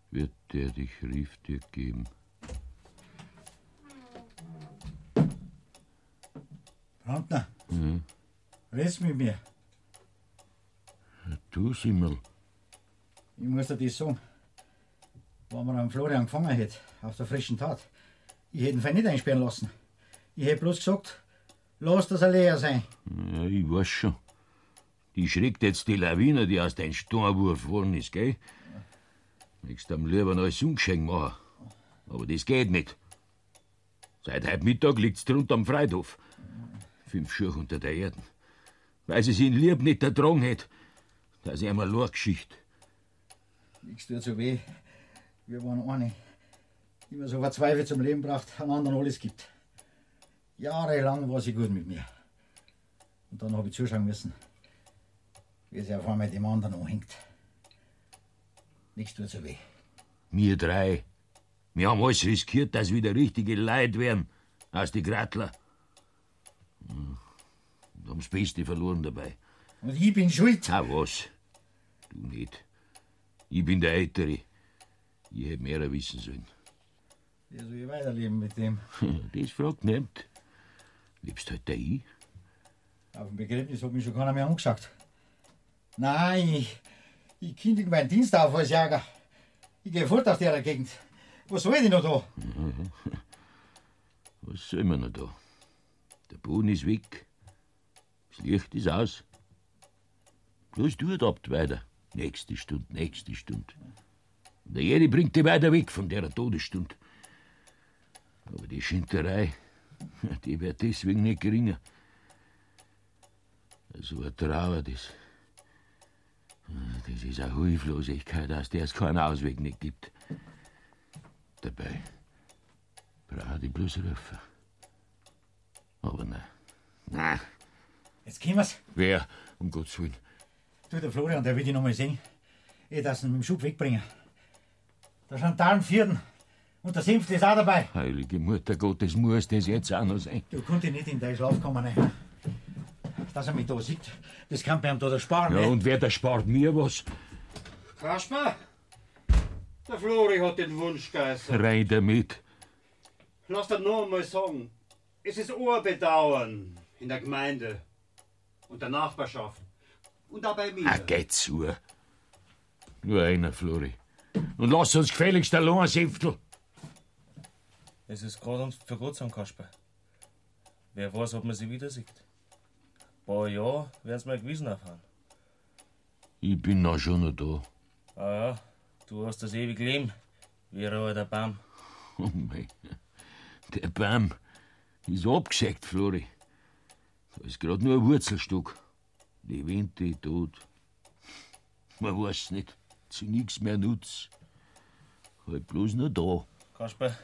wird der dich rief dir geben. Brandner, Ja, red mit mir. du Simmel, Ich muss dir das sagen. Wenn man am Florian gefangen hätte, auf der frischen Tat, ich hätte ihn fein nicht einsperren lassen. Ich hätte bloß gesagt, lass das ein leer sein. ja, ich weiß schon. Die schreckt jetzt die Lawine, die aus deinem Sturmwurf vorn ist, gell? Nächstes am lieber neues Umgeschenk machen. Aber das geht nicht. Seit heute Mittag liegt's drunter am Friedhof. Fünf Schürch unter der Erden. Weil sie ihn lieb nicht ertragen hätte, dass er einmal Geschichte. Nichts tut so weh. Wir waren eine. Die mir so verzweifelt zum Leben braucht, einen anderen alles gibt. Jahrelang war sie gut mit mir. Und dann habe ich zuschauen müssen, wie sie auf einmal dem anderen anhängt. Nichts tut so weh. Wir drei. Wir haben alles riskiert, dass wieder richtige Leid werden aus die Grattler. Hm. Und haben's Beste verloren dabei. Und ich bin schuld. Ah, was? Du nicht. Ich bin der Ältere. Ich hätte mehr wissen sollen. Wie soll ich weiterleben mit dem? Das fragt nicht. Lebst halt da ich? Auf dem Begräbnis hat mich schon keiner mehr angeschaut. Nein, ich, ich kündige meinen Dienst auf als Jäger. Ich gehe fort aus der Gegend. Was soll ich denn noch da? Mhm. Was soll man noch da? Der Boden ist weg. Das Licht ist aus. Bloß du habt weiter. Nächste Stunde, nächste Stunde. Und der Jeri bringt die weiter weg von der Todesstunde. Aber die Schinterei, die wird deswegen nicht geringer. So eine Trauer, das. Das ist eine Hilflosigkeit, aus der es keinen Ausweg nicht gibt. Dabei brauche ich bloß rufen. Aber nein. Nein. Jetzt gehen wir's. Wer, um Gottes Willen? Du, der Florian, der will dich nochmal sehen. Ich darf ihn mit dem Schub wegbringen. Da sind da einen Vierten. Und der Senftel ist auch dabei. Heilige Mutter Gottes, muss das jetzt auch noch sein? Du konntest nicht in deinen Schlaf kommen. Nein. Dass er mich da sieht, das kann bei ihm da ersparen. Ja, ne? und wer da spart mir was? Kasper, der Flori hat den Wunsch geheißen. Rein damit. Lass dir noch einmal sagen, es ist Ohrbedauern in der Gemeinde und der Nachbarschaft und auch bei mir. Ah, geh zu. Nur einer, Flori. Und lass uns gefälligst allein, Senftel. Es ist gerade ums für Gott sein, Kasper. Wer weiß, ob man sie wieder sieht. Ein paar Jahre werden mal gewesen erfahren. Ich bin auch schon noch da. Ah ja, du hast das ewige Leben. Wie ein alter Baum. Oh mein, der Baum ist abgesägt, Flori. Da ist gerade nur ein Wurzelstock. Die Wind, die tot. Man weiß nicht, zu nichts mehr nutz. Halt bloß nur da. Kasper,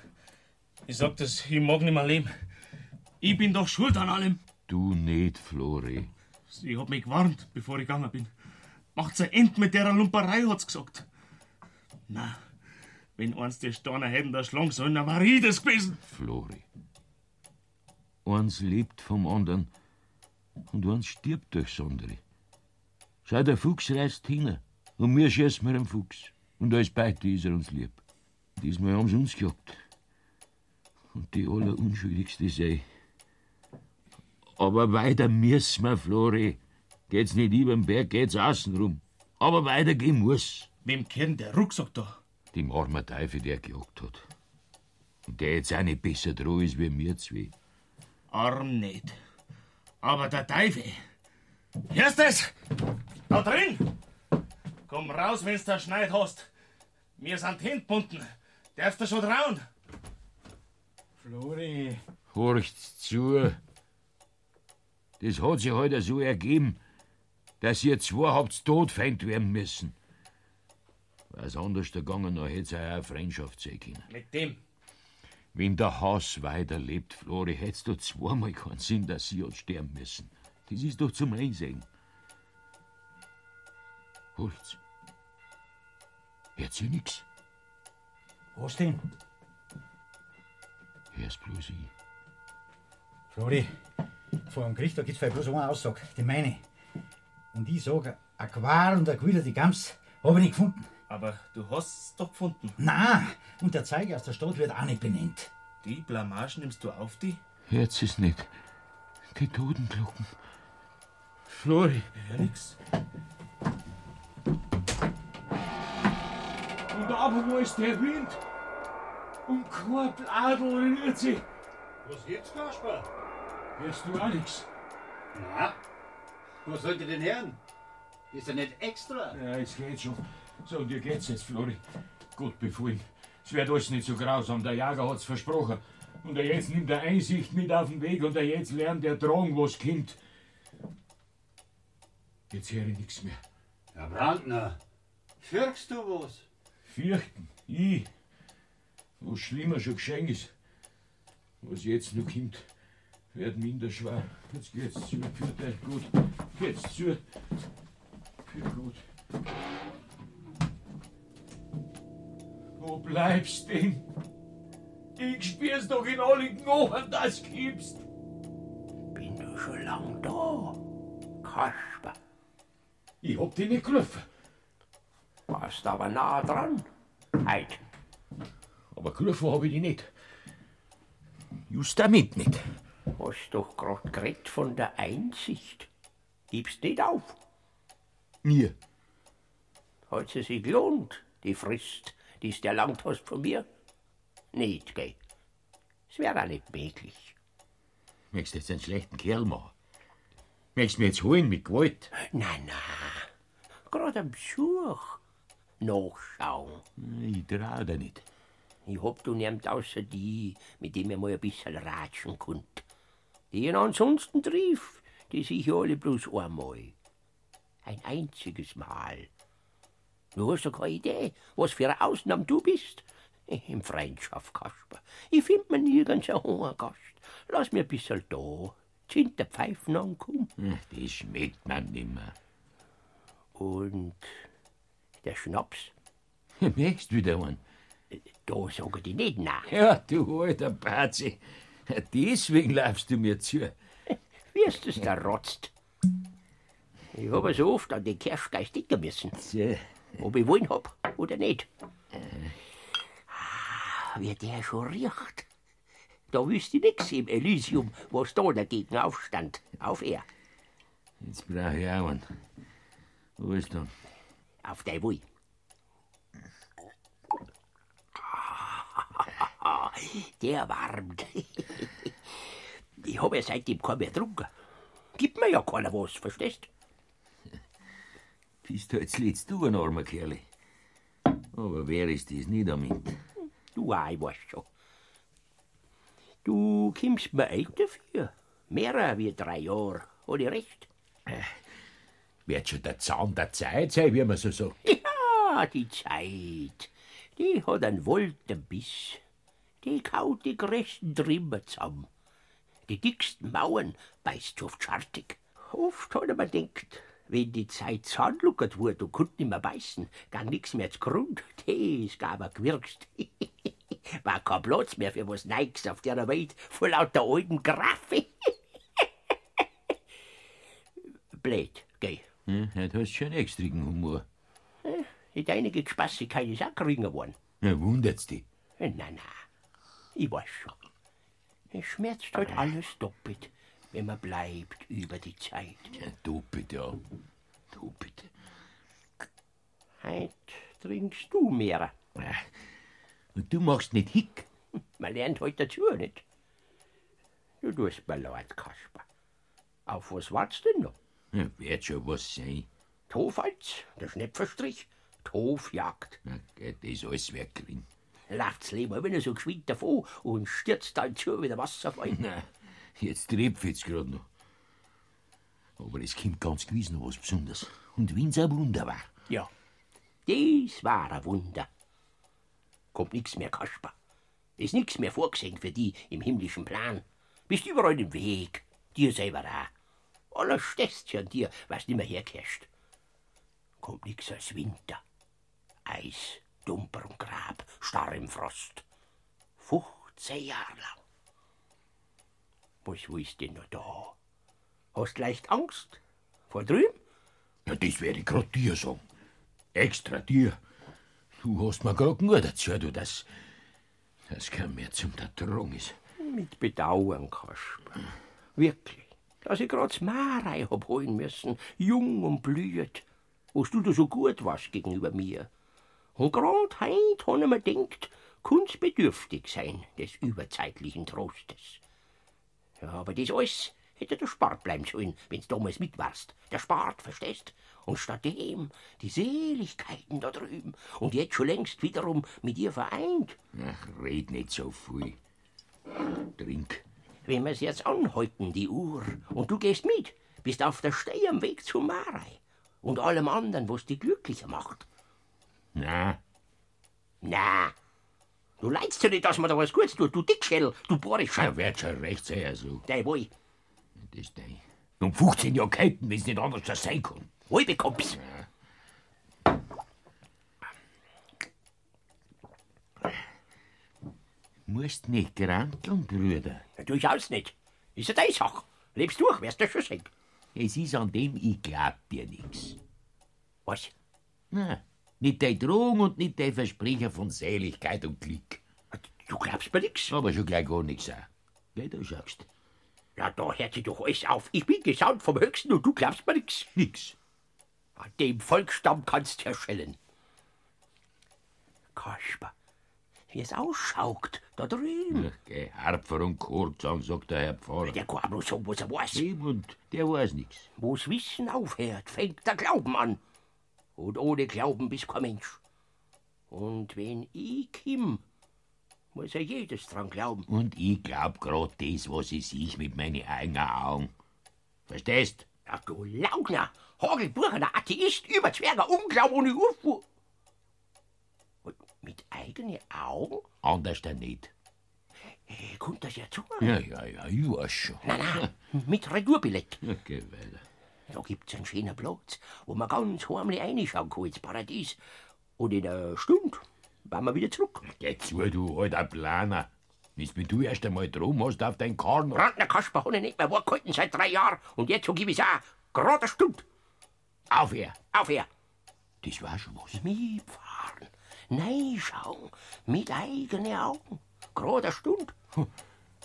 ich sag das, ich mag nicht mehr leben. Ich bin doch schuld an allem. Du nicht, Flori. Ich hab mich gewarnt, bevor ich gegangen bin. Macht's ein End mit der Lumperei, hat's gesagt. Na, wenn eins die Steiner hätten da schlagen sollen, dann war ich das gewesen. Flori. Eins lebt vom anderen und eins stirbt durchs andere. Schau, der Fuchs reißt hin und wir schießen mit dem Fuchs. Und als beide ist er uns lieb. Diesmal haben sie uns gehabt. Und die allerunschuldigste sei. Aber weiter müssen wir, Flori. Geht's nicht über den Berg, geht's außen rum. Aber weitergehen muss. Wem kennt der Rucksack da? Dem armen Teufel, der gejagt hat. Und der jetzt auch nicht besser dran ist wie mir zwei. Arm nicht. Aber der Teufel. Hörst es? Da drin! Komm raus, wenn's da Schneid hast. Wir sind hingebunden. Darfst du schon trauen? Flori. Horcht zu. Das hat sich heute so ergeben, dass ihr zwei habt todfeind werden müssen. Was anders gegangen, dann hätt's euch auch eine Freundschaft sehen können. Mit dem. Wenn der Haus weiterlebt, Flori, hättest du zweimal keinen Sinn, dass sie hat sterben müssen. Das ist doch zum Einsehen. Holz. Hört ihr nix? Was denn? Hörst bloß ich. Flori, vor dem Gericht, da gibt's vielleicht bloß eine Aussage, die meine. Und ich sage, ein Quar und ein Quiller, die Gams, habe ich nicht gefunden. Aber du hast's doch gefunden. Na, und der Zeiger aus der Stadt wird auch nicht benannt. Die Blamage nimmst du auf dich? Hört's es nicht. Die Totenglocken. Flori. Hör nix. Und aber wo ist der Wind? Und kein Bladel rührt sich. Was gibt's, Kasper? Hörst du auch nichts? Na, was sollte denn hören? Ist er nicht extra? Ja, es geht schon. So, dir geht's jetzt, Flori. Gott befohlen. Es wird alles nicht so grausam. Der Jager hat's versprochen. Und der jetzt nimmt er Einsicht mit auf den Weg und der jetzt lernt er tragen, was kommt. Jetzt höre ich nichts mehr. Herr Brandner, fürchtst du was? Fürchten, ich. Was schlimmer schon geschehen ist. Was jetzt noch kommt, wird minder schwer. Jetzt geht's zu, führt euch gut. Geht's zu. Für gut. Wo bleibst denn? Ich spür's doch in allen Ohren, dass du gibst. Bin du schon lang da? Kasper. Ich hab dich nicht gerufen. Warst aber nah dran. Heut. Aber gerufen hab ich dich nicht. Just damit nicht. Hast doch grad geredet von der Einsicht. Gibst nicht auf. Mir. Hat sie sich gelohnt, die Frist, die du erlangt hast von mir? Nicht, gell? Es wäre auch nicht möglich. Möchtest jetzt einen schlechten Kerl machen? Möchtest mich jetzt holen mit Gewalt? Nein, nein. Gerade am Besuch. Nachschauen. Hm, Ich trau dir nicht. Ich hab du niemand außer die, mit dem ihr mal ein bisschen ratschen könnt. Die ihr ansonsten trifft, die sich ja alle bloß einmal. Ein einziges Mal. Du hast ja keine Idee, was für eine Ausnahme du bist. Im Freundschaft, Kasper. Ich find mir nirgends einen Hungergast. Lass mir ein bisschen da. Zint der Pfeifen ankommen. Das Hm, schmeckt man nimmer. Und der Schnaps? Möchtest wieder einen? Da sagen die nicht nein. Ja, du alter Patzi. Deswegen laufst du mir zu. Wie ist das der Rotzt? Ich habe so oft an den Kirschgeist denken müssen. Ob ich wollen hab oder nicht. Ah, Wie der schon riecht. Da wüsste ich nix im Elysium, was da dagegen aufstand. Auf er. Jetzt brauch ich auch einen. Wo ist er? Auf dein Wohl. Der warmt. Ich habe ja seitdem keinen mehr getrunken. Gibt mir ja keiner was, verstehst Bist halt zuletzt du ein armer Kerl. Aber wer ist das nicht damit? Du auch, ich weiß schon. Du kommst mir ein dafür. Mehrer wie drei Jahre, hab ich recht? Wird schon der Zahn der Zeit sein, wie man so sagt. Ja, die Zeit. Die hat einen wolten Biss. Die kaut die größten Trimmer zusammen. Die dicksten Mauern beißt oft schartig. Oft hat man denkt, wenn die Zeit zahnluckert wurde und konnte nicht mehr beißen, gang nix mehr zu Grund. Das gab er gewirkst. War kein Platz mehr für was Nikes auf der Welt, vor lauter alten Graffe. Blöd, gell? Hm, heute hast du schon extrigen Humor. In einige Gespassigkeit ist auch geringer geworden. Ja, wundert's dich. Na, na, ich weiß schon. Es schmerzt halt Ah. alles doppelt, wenn man bleibt über die Zeit. Doppelt, ja. Doppelt. Heut trinkst du mehr. Und du machst nicht hick. Man lernt heute halt dazu, nicht? Du tust mir leid, Kasper. Auf was wartest denn noch? Ja, wird schon was sein. Tofalz, der Schnepferstrich, Tofjagd. Na, geht das alles weggering. Läuft's lieber immer so geschwind davon und stürzt dann zu wie der Wasserfall. Na, jetzt trepft's grad noch. Aber es kommt ganz gewiss noch was Besonderes. Und wenn's ein Wunder war. Ja, das war ein Wunder. Kommt nix mehr, Kasper. Ist nix mehr vorgesehen für die im himmlischen Plan. Bist überall im Weg. Dir selber auch. Alles stehst an dir, was nimmer herkehrt. Kommt nix als Winter. Eis, Dumper und Grab, starr im Frost. 15 Jahre lang. Was willst denn noch da? Hast leicht Angst? Vor drüben? Ja, das werde ich grad dir sagen. Extra dir. Du hast mir grad nur erzählt, du, dass das kein mehr zum Ertragen ist. Mit Bedauern, Kasper. Wirklich. Dass ich grad das Marei hab holen müssen, jung und blüht, was du da so gut warst gegenüber mir. Und grad heint han ich mir denkt, kann's bedürftig sein des überzeitlichen Trostes. Ja, aber das alles hätte der Spart bleiben sollen, wenn's damals mit warst. Der Spart, verstehst? Und stattdem die Seligkeiten da drüben und jetzt schon längst wiederum mit ihr vereint. Ach, red nicht so viel. Trink. Wenn wir's jetzt anhalten, die Uhr, und du gehst mit, bist auf der Steh am Weg zu Marei und allem anderen, was dich glücklicher macht. Na, Na, du leidst ja nicht, dass man da was Gutes tut, du Dickschädel, du Borischer. da wird schon recht sein, also. Dei wohl. Das ist dein. Um 15 Jahre kämpfen, wenn's nicht anders das sein kann. Wohl bekommst. Musst nicht granteln, Brüder. Durchaus nicht. Ist ja deine Sache. Lebst durch, wärst du schon sehen. Es ist an dem, ich glaub dir nix. Was? Na, nicht deine Drohung und nicht dein Versprechen von Seligkeit und Glück. Also, Du glaubst mir nix? Aber schon gleich gar nix an. Gleich da schaust. Ja, da hört sich doch alles auf. Ich bin gesaunt vom Höchsten und du glaubst mir nix. Nix. An dem Volksstamm kannst du erschellen. Kasper, wie es ausschaugt, da drüben. Geh, Harpfer und Kurzang, sagt der Herr Pfarrer. Der kann bloß sagen, was er weiß. Eben, und der weiß nix. Wo's Wissen aufhört, fängt der Glauben an. Und ohne Glauben bist kein Mensch. Und wenn ich komm, muss ja jedes dran glauben. Und ich glaub grad das, was ich sehe mit meinen eigenen Augen. Verstehst? Ach du Laugner, Hagelbuchener Atheist, Überzwerger, Unglaube ohne Urfuhr. Und mit eigenen Augen? Anders denn nicht. Äh, kommt das ja zu? Ja, ja, ja, ich weiß schon. Na, na, mit Retourbillett. Ja, geh weiter. Da gibt's einen schönen Platz, wo man ganz heimlich reinschauen kann ins Paradies. Und in einer Stunde, Wann wir wieder zurück? Geh zu, du alter Planer. Bis du erst einmal drum hast auf deinen Karren. Ragnar Kasper hat ihn nicht mehr wachgehalten seit drei Jahren und jetzt so gib ich's auch. Gerade eine Stunde. Auf her. Auf her. Das war schon was. Mitfahren, reinschauen, mit eigenen Augen. Gerade eine Stunde. Hm.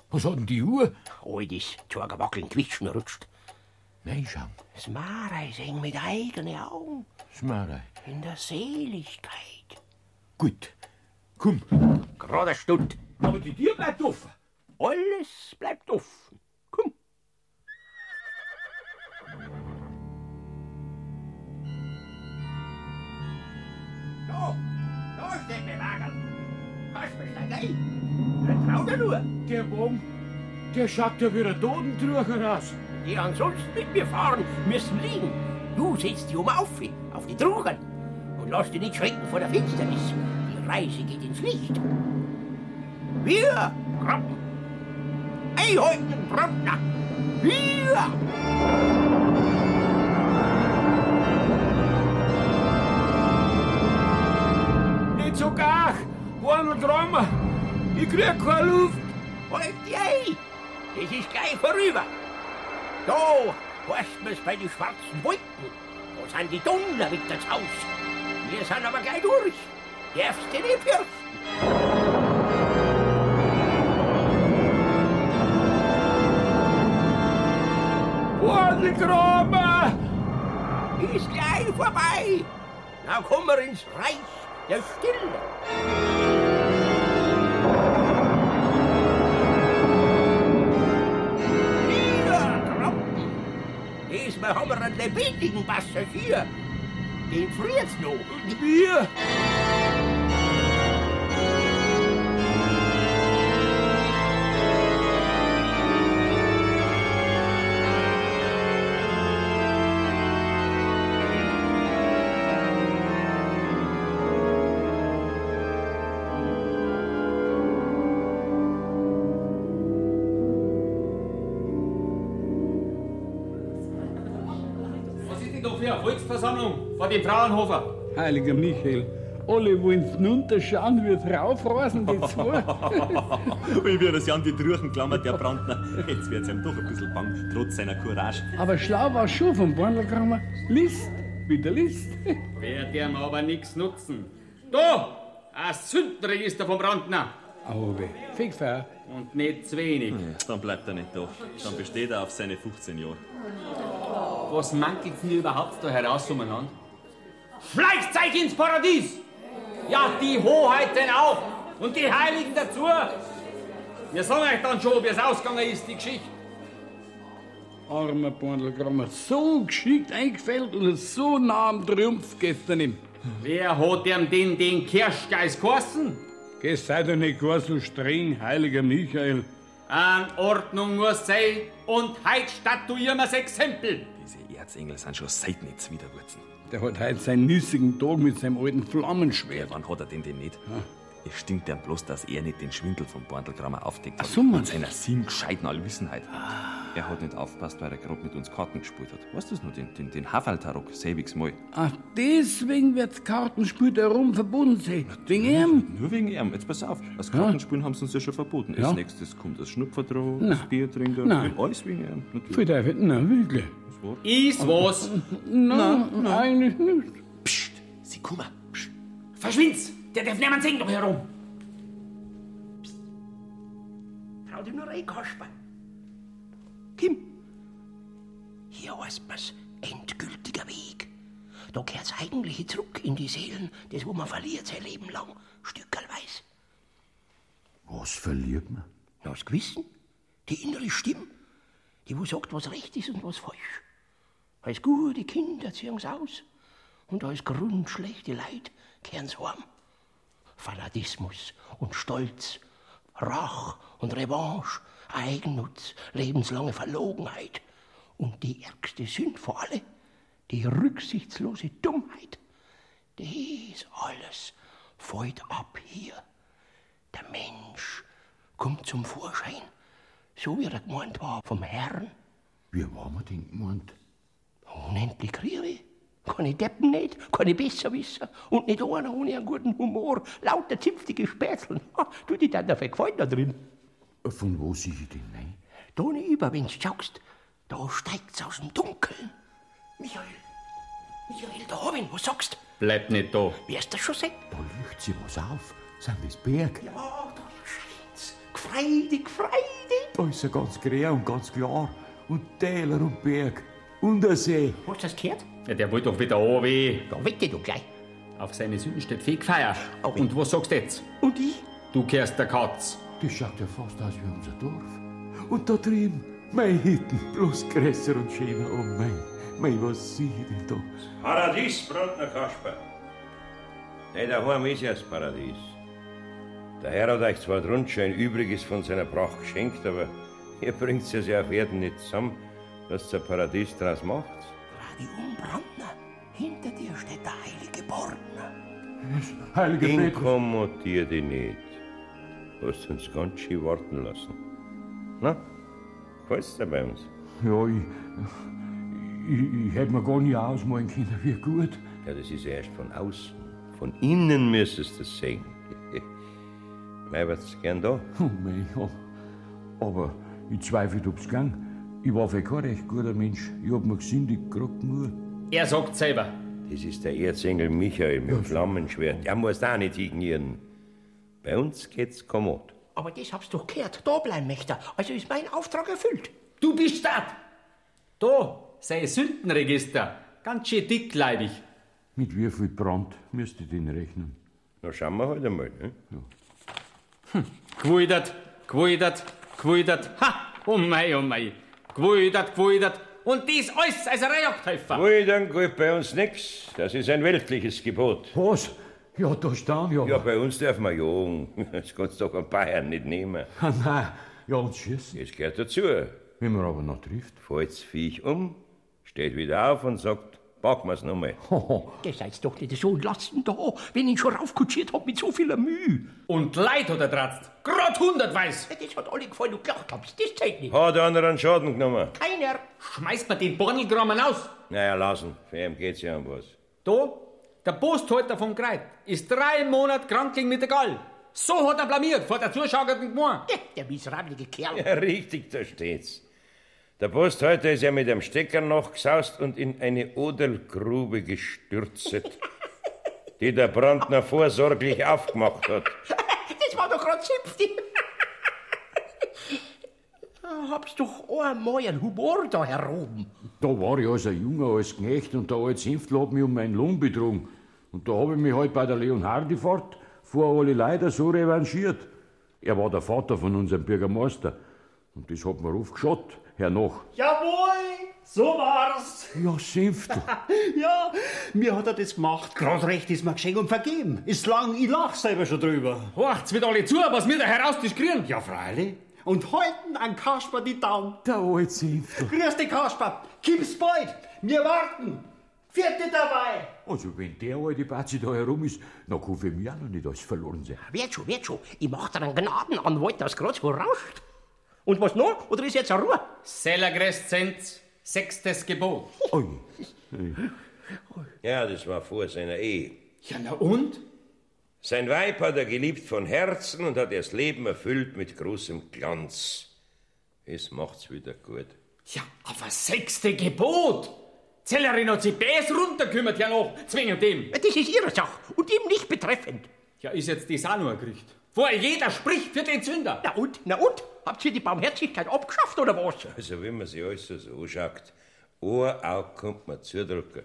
Was hat denn die Uhr? Altes, Zorger wackeln, quitschen, rutscht. Reinschauen. Das Marei sehen mit eigenen Augen. Schmarrei. In der Seligkeit. Gut. Komm. Gerade eine Stunde. Aber die Tür bleibt offen. Alles bleibt offen. Da, da steht mein Wagen. Kasper, steig ein. Vertrau dir nur. Der Wurm, der schaut ja wieder Totentrücher aus. Die ansonsten mit mir fahren, müssen liegen. Du setzt die um auf, auf die Trugen. Und lass dich nicht schrecken vor der Finsternis. Die Reise geht ins Licht. Wir, Krabben. Einhalten, Krabner. Wir. Nicht so gar. Warm und Drama. Ich krieg keine Luft. Halt die ein. Es ist gleich vorüber. Da horcht man's bei den schwarzen Wolken. Da sind die Donnerwitter zu Haus. Wir sind aber gleich durch. Darfst du nicht fürchten. Warne Graber! Ist gleich vorbei. Na kommen wir ins Reich der Stille. Niedertropfen. Diesmal haben wir einen lebendigen Passagier. Den friert's noch. Wir! Was ist denn da für eine Volksversammlung vor dem Frauenhofer? Heiliger Michael, alle wollen's hinunterschauen, wie draufrasen, die zwei. Ui, wie das Jan die Trüchen klammert, der Brandner. Jetzt wird's ihm doch ein bisschen bang, trotz seiner Courage. Aber schlau war schon vom Bornelkrammer. List, wieder List. Wird dem aber nichts nutzen. Da! Ein Sündenregister vom Brandner. Aber Fegfeuer. Und nicht zu wenig. Dann bleibt er nicht da. Dann besteht er auf seine 15 Jahre. Was mankelt's mir überhaupt da heraus umeinander? Schleicht euch ins Paradies! Ja, die Hoheit denn auch! Und die Heiligen dazu! Wir sagen euch dann schon, wie es ausgegangen ist, die Geschichte. Armer Bornelkrammer, so geschickt eingefällt und so nah am Triumph gestern im. Wer hat ihm den, den Kirschgeist geheißen? Geh, sei doch nicht gar so streng, heiliger Michael. An Ordnung muss sein und heut statuieren wir's Exempel. Die Erzengel sind schon seit nichts widerwurzen. Der hat heute seinen nüssigen Tag mit seinem alten Flammenschwert. Wann hat er denn den nicht? Es stinkt ihm bloß, dass er nicht den Schwindel vom Borndelkramer aufdeckt hat. so, mit meinst seiner sieben gescheiten Allwissenheit. Er hat nicht aufgepasst, weil er gerade mit uns Karten gespielt hat. Weißt du das noch? Den, den, den Hafaltarok, selbiges Mal. Ach, deswegen wird's Kartenspiel darum verbunden sein. Wegen ihm? Nur wegen ihm. Jetzt pass auf. Das Kartenspielen haben sie uns ja schon verboten. Ja. Als nächstes kommt das Schnupferdroh, Na. das Biertrinker. Na. Alles wegen ihm. Natürlich. Für David, na, wirklich. Eh, Ist was? Nein, Nein, nein. eigentlich nicht. Sie kummer. Verschwind's! Der darf niemand sehen drum herum. Trau dir nur ein, Kasper. Hier heißt man's endgültiger Weg. Da kehrt's eigentliche zurück in die Seelen, das wo man verliert sein Leben lang, stückelweise. Was verliert man? Na, das Gewissen, die innere Stimme, die wo sagt, was recht ist und was falsch. Als gute Kinder ziehen's aus und als grundschlechte Leid kehren's heim. Fanatismus und Stolz, Rach und Revanche, Eigennutz, lebenslange Verlogenheit und die ärgste Sünd vor alle, die rücksichtslose Dummheit. Dies alles fällt ab hier. Der Mensch kommt zum Vorschein, so wie er gemeint war vom Herrn. Wie war man denn gemeint? Unendlich Kriege, Keine Deppen nicht, keine Besserwisser und nicht einer ohne einen guten Humor. Lauter zünftige Spätzeln. Ha, Du, die dann dafür gefallen da drin. Von wo sehe ich denn nein? Da über, wenn du schaust, da steigt's aus dem Dunkeln. Michael, Michael, da hab ich ihn. was sagst du? Bleib nicht da. Wirst du schon sehen? Da leuchtet sie was auf. Sind das Berg? Ja, da scheint's. Gefreidig, gefreidig. Da ist er ganz klar und ganz klar. Und Täler und Berg. Und der See. Hast du das gehört? Ja, der will doch wieder runter. Da wette doch gleich. Auf seine Sünden steht Fegfeier. Und was sagst du jetzt? Und ich? Du kehrst der Katz. Das schaut ja fast aus wie unser Dorf. Und da drüben, mein Hitten, bloß größer und schöner. Oh mein, mein, was sehe ich denn da? Paradies, Brandner Kasper. Nein, daheim ist ja das Paradies. Der Herr hat euch zwar drunter ein Übriges von seiner Pracht geschenkt, aber ihr bringt es ja auf Erden nicht zusammen, dass ihr ein Paradies draus macht. Brandner, hinter dir steht der heilige Born. Hm. Heilige Inkommodier dich nicht. Hast uns ganz schön warten lassen. Na, gefällt's dir bei uns? Ja, ich, ich, ich hätte mir gar nicht ausmalen können, wie gut. Ja, das ist ja erst von außen. Von innen müsstest du es sehen. Bleibt's gern da. Oh mein Gott. Aber ich zweifle, ob's gang. Ich war für kein recht guter Mensch. Ich hab mir gesündigt, gerade nur. Er sagt selber. Das ist der Erzengel Michael mit dem Flammenschwert. Der muss da nicht signieren. Bei uns geht's kommod. Aber das hab's doch gehört. Da bleiben möchte. er. Also ist mein Auftrag erfüllt. Du bist da. Da, sein Sündenregister. Ganz schön dickleibig. Mit wie viel Brand müsst ihr den rechnen? Na, schauen wir halt einmal. Ne? Gewidert, gewidert, gewidert. Ha! Oh mei, oh mei. Gewidert, gewidert. Und dies alles als ein Jagdhelfer. Rudern gilt bei uns nix. Das ist ein weltliches Gebot. Was? Ja, da stehen ja. Ja, bei uns dürfen wir jagen. Das kannst du doch an Bayern nicht nehmen. Ah, nein. Ja, und schießen. Das gehört dazu. Wenn man aber noch trifft. Fällt's Viech um, steht wieder auf und sagt, packen wir's nochmal. Ihr seid doch nicht so lassen da, wenn ich schon raufkutschiert hab mit so vieler Mühe. Und Leid hat er tratzt. Grad hundert weiß. Das hat alle gefallen, du gelacht hab's. Das zählt nicht. Hat der andere einen Schaden genommen? Keiner. Schmeißt man den Bornelgrammen aus. Naja, lassen. Für ihn geht's ja um was. Da, der Posthalter vom Greit ist drei Monate krankling mit der Gall. So hat er blamiert vor der Zuschauerin gemeint. Der miserable Kerl. Ja, richtig, da steht's. Der Post heute ist ja mit dem Stecker noch gesaust und in eine Odelgrube gestürzt, die der Brandner vorsorglich aufgemacht hat. Das war doch grad schimpftig. Ah, Hab's doch auch einmal einen Humor da heroben. Da war ich als ein Junge, als Knecht und der alte Sänftl hat mich um meinen Lohn betrogen. Und da habe ich mich halt bei der Leonhardi-Fahrt vor alle Leider so revanchiert. Er war der Vater von unserem Bürgermeister. Und das hat mir aufgeschaut, hernach. Jawohl, so war's. Ja, Sänftl. ja, mir hat er das gemacht. Gerade recht ist mir geschenkt und vergeben. Ist lang, ich lach selber schon drüber. Horcht's wieder alle zu, was wir da herausdiskrieren. Ja, freilich. Und halten an Kasper die Daumen. Der alte Sänftl. Grüß dich, Kasper. Kipp's bald. Wir warten. Vierte dabei. Also, wenn der alte Bazi da herum ist, dann kann für mich auch noch nicht alles verloren sein. Wird schon, wird schon. Ich mach dir einen Gnadenanwalt, dass grad so rauscht. Und was noch? Oder ist jetzt eine Ruhe? Sellergreszenz, sechstes Gebot. Ja, das war vor seiner Ehe. Ja, na und? Sein Weib hat er geliebt von Herzen und hat ihr das Leben erfüllt mit großem Glanz. Es macht's wieder gut. Ja, aber sechste Gebot. Zellerin hat sich bäs runterkümmert, ja noch. Zwingend dem. Das ist ihre Sache und ihm nicht betreffend. Ja, ist jetzt das auch nur ein Gericht. Vorher jeder spricht für den Zünder. Na und, na und? Habt ihr die Barmherzigkeit abgeschafft oder was? Also, wenn man sich alles so anschaut, ein Auge kommt man zudrücken.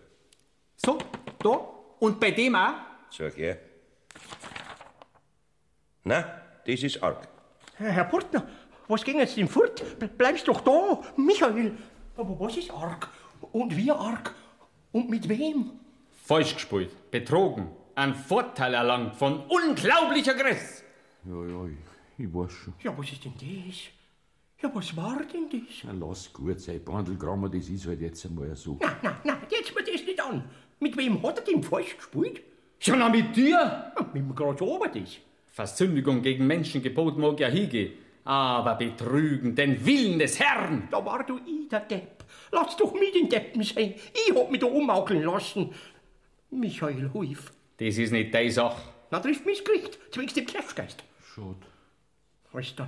So, da. Und bei dem auch? Sag her. Na, das ist arg. Herr Portner, was ging jetzt denn fort? Ble- Bleibst doch da, Michael. Aber was ist arg? Und wie arg? Und mit wem? Falsch gespielt, betrogen, einen Vorteil erlangt von unglaublicher Größe. Ja, ja, ich, ich weiß schon. Ja, was ist denn das? Ja, was war denn das? Na, lass gut sein, Bandelgrammer, das ist halt jetzt einmal so. Na, na, na, jetzt mir das nicht an. Mit wem hat er den falsch gespielt? Ja, na, mit dir? Mit dem Großoberdies. Versündigung gegen Menschengebot mag ja hingehen, aber betrügen den Willen des Herrn. Da war du i, der Depp. Lass doch mich den Deppen sein. Ich hab mich da umaukeln lassen. Michael Huif. Das ist nicht deine Sache. Na, trifft mich das Gericht, zwingst dem Geschäftsgeist. Schade. Weißt du,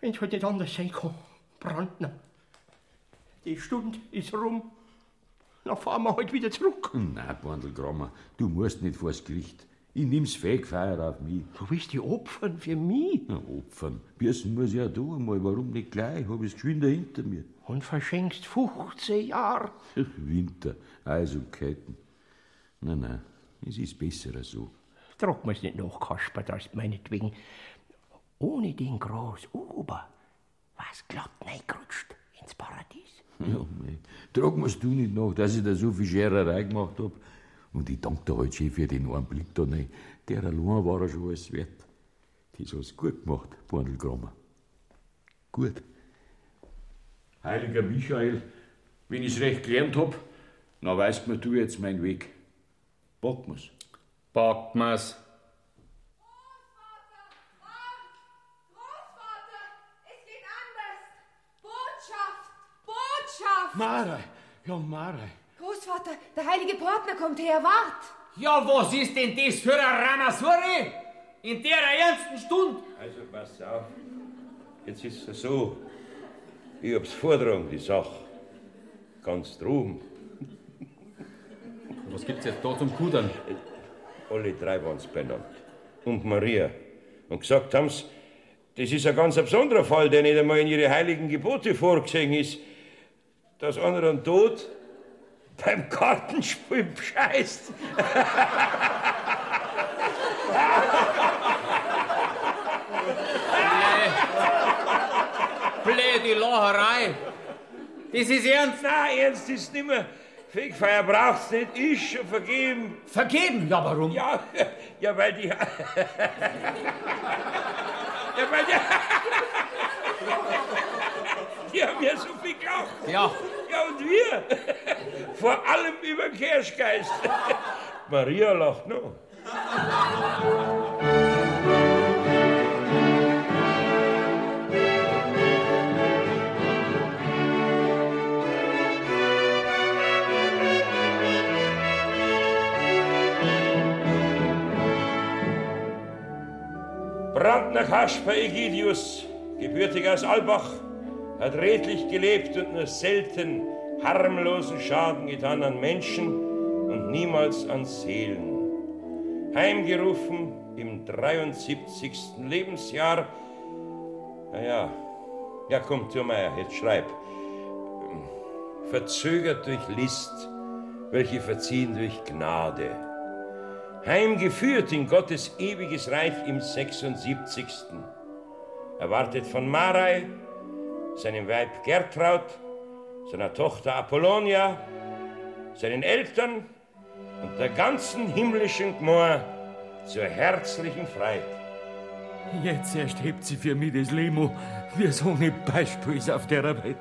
wenn's heute nicht anders sein kann, Brandner. Die Stunde ist rum. Na, fahren wir heute halt wieder zurück. Nein, Bandelgrammer, du musst nicht vors Gericht. Ich nimm's Fegfeier auf mich. Du bist die Opfern für mich? Na, Opfern. Bürsten muss ich ja da einmal. Warum nicht gleich? Hab ich's geschwinder hinter mir. Und verschenkst 15 Jahre. Winter, Eis und Ketten. Nein, nein, es ist besser so. Trag mir's nicht nach, Kasper, das meinetwegen. Ohne den Großober, was glatt reingerutscht ins Paradies? Ja, mei. Trag mir's du nicht nach, dass ich da so viel Schererei gemacht hab. Und ich danke dir halt schön für den einen Blick da rein. Der allein war er schon alles wert. Das hast du gut gemacht, Bandelgrammer. Gut. Heiliger Michael, wenn ich's recht gelernt hab, dann weißt mir du jetzt meinen Weg. Pack mir's. Packt man's. Botschaft! Botschaft! Mare, ja, Mare. Großvater, der heilige Partner kommt her, wart! Ja, was ist denn das für ein Ramasuri? In der ernsten Stunde? Also pass auf. Jetzt ist es so. Ich hab's Forderung, die Sache. Ganz drum. Was gibt's jetzt da zum Kudern? Alle drei waren's benannt. Und Maria. Und gesagt haben's, das ist ein ganz ein besonderer Fall, der nicht einmal in ihre heiligen Gebote vorgesehen ist, dass einer einen Tod beim Kartenspiel bescheißt. Blöde Lacherei. Das ist ernst. Nein, ernst ist nimmer. Fegfeier braucht's nicht, ist schon vergeben. Vergeben? Ja, warum? Ja, ja weil die. ja, weil die. die haben ja so viel gelacht. Ja. Ja, und wir. Vor allem über den Kirschgeist. Maria lacht noch. Brandner Kaspar Egidius, gebürtig aus Albach, hat redlich gelebt und nur selten harmlosen Schaden getan an Menschen und niemals an Seelen. Heimgerufen im 73. Lebensjahr. Naja, ja komm, Thürmeier, jetzt schreib. Verzögert durch List, welche verziehen durch Gnade. Heimgeführt in Gottes ewiges Reich im 76. Erwartet von Marei, seinem Weib Gertraud, seiner Tochter Apollonia, seinen Eltern und der ganzen himmlischen Gmor zur herzlichen Freiheit. Jetzt erst hebt sie für mich das Limo, wie es ohne Beispiel ist auf der Welt.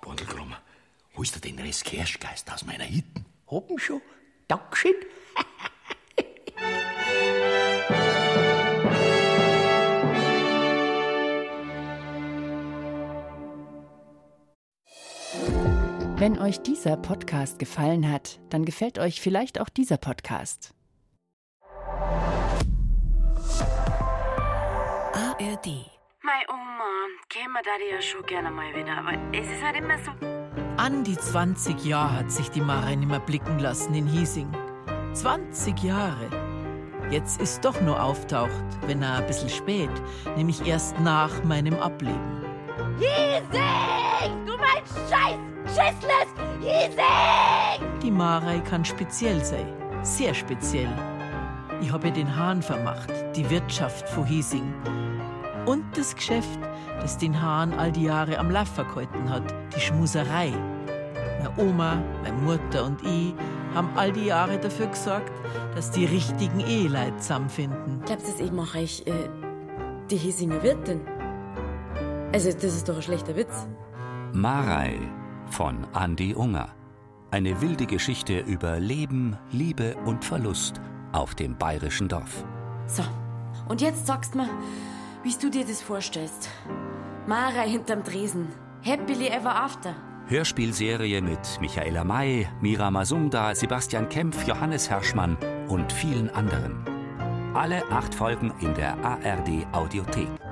Bandelgrammer, holst du den Rest Kirschgeist aus meiner Hitten? Haben schon. Dankeschön. Wenn euch dieser Podcast gefallen hat, dann gefällt euch vielleicht auch dieser Podcast. ARD. Mei Oma, käme da die ja schon gerne mal wieder, aber es ist halt immer so. An die 20 Jahre hat sich die Mare nimmer blicken lassen in Hiesing. 20 Jahre. Jetzt ist doch nur auftaucht, wenn er ein bisschen spät, nämlich erst nach meinem Ableben. Hiesing! Du mein scheiß Schissles! Hiesing! Die Marei kann speziell sein. Sehr speziell. Ich habe den Hahn vermacht, die Wirtschaft von Hiesing. Und das Geschäft, das den Hahn all die Jahre am Laff gehalten hat, die Schmuserei. Meine Oma, meine Mutter und ich haben all die Jahre dafür gesorgt, dass die richtigen Eheleute zusammenfinden. Glaubst du, das eben auch recht, äh, die Hiesinger Wirtin? Also, das ist doch ein schlechter Witz. Marei von Andy Unger. Eine wilde Geschichte über Leben, Liebe und Verlust auf dem bayerischen Dorf. So, und jetzt sagst mir, wie du dir das vorstellst. Mara hinterm Tresen. Happily ever after. Hörspielserie mit Michaela May, Mira Masumda, Sebastian Kempf, Johannes Herschmann und vielen anderen. Alle acht Folgen in der ARD Audiothek.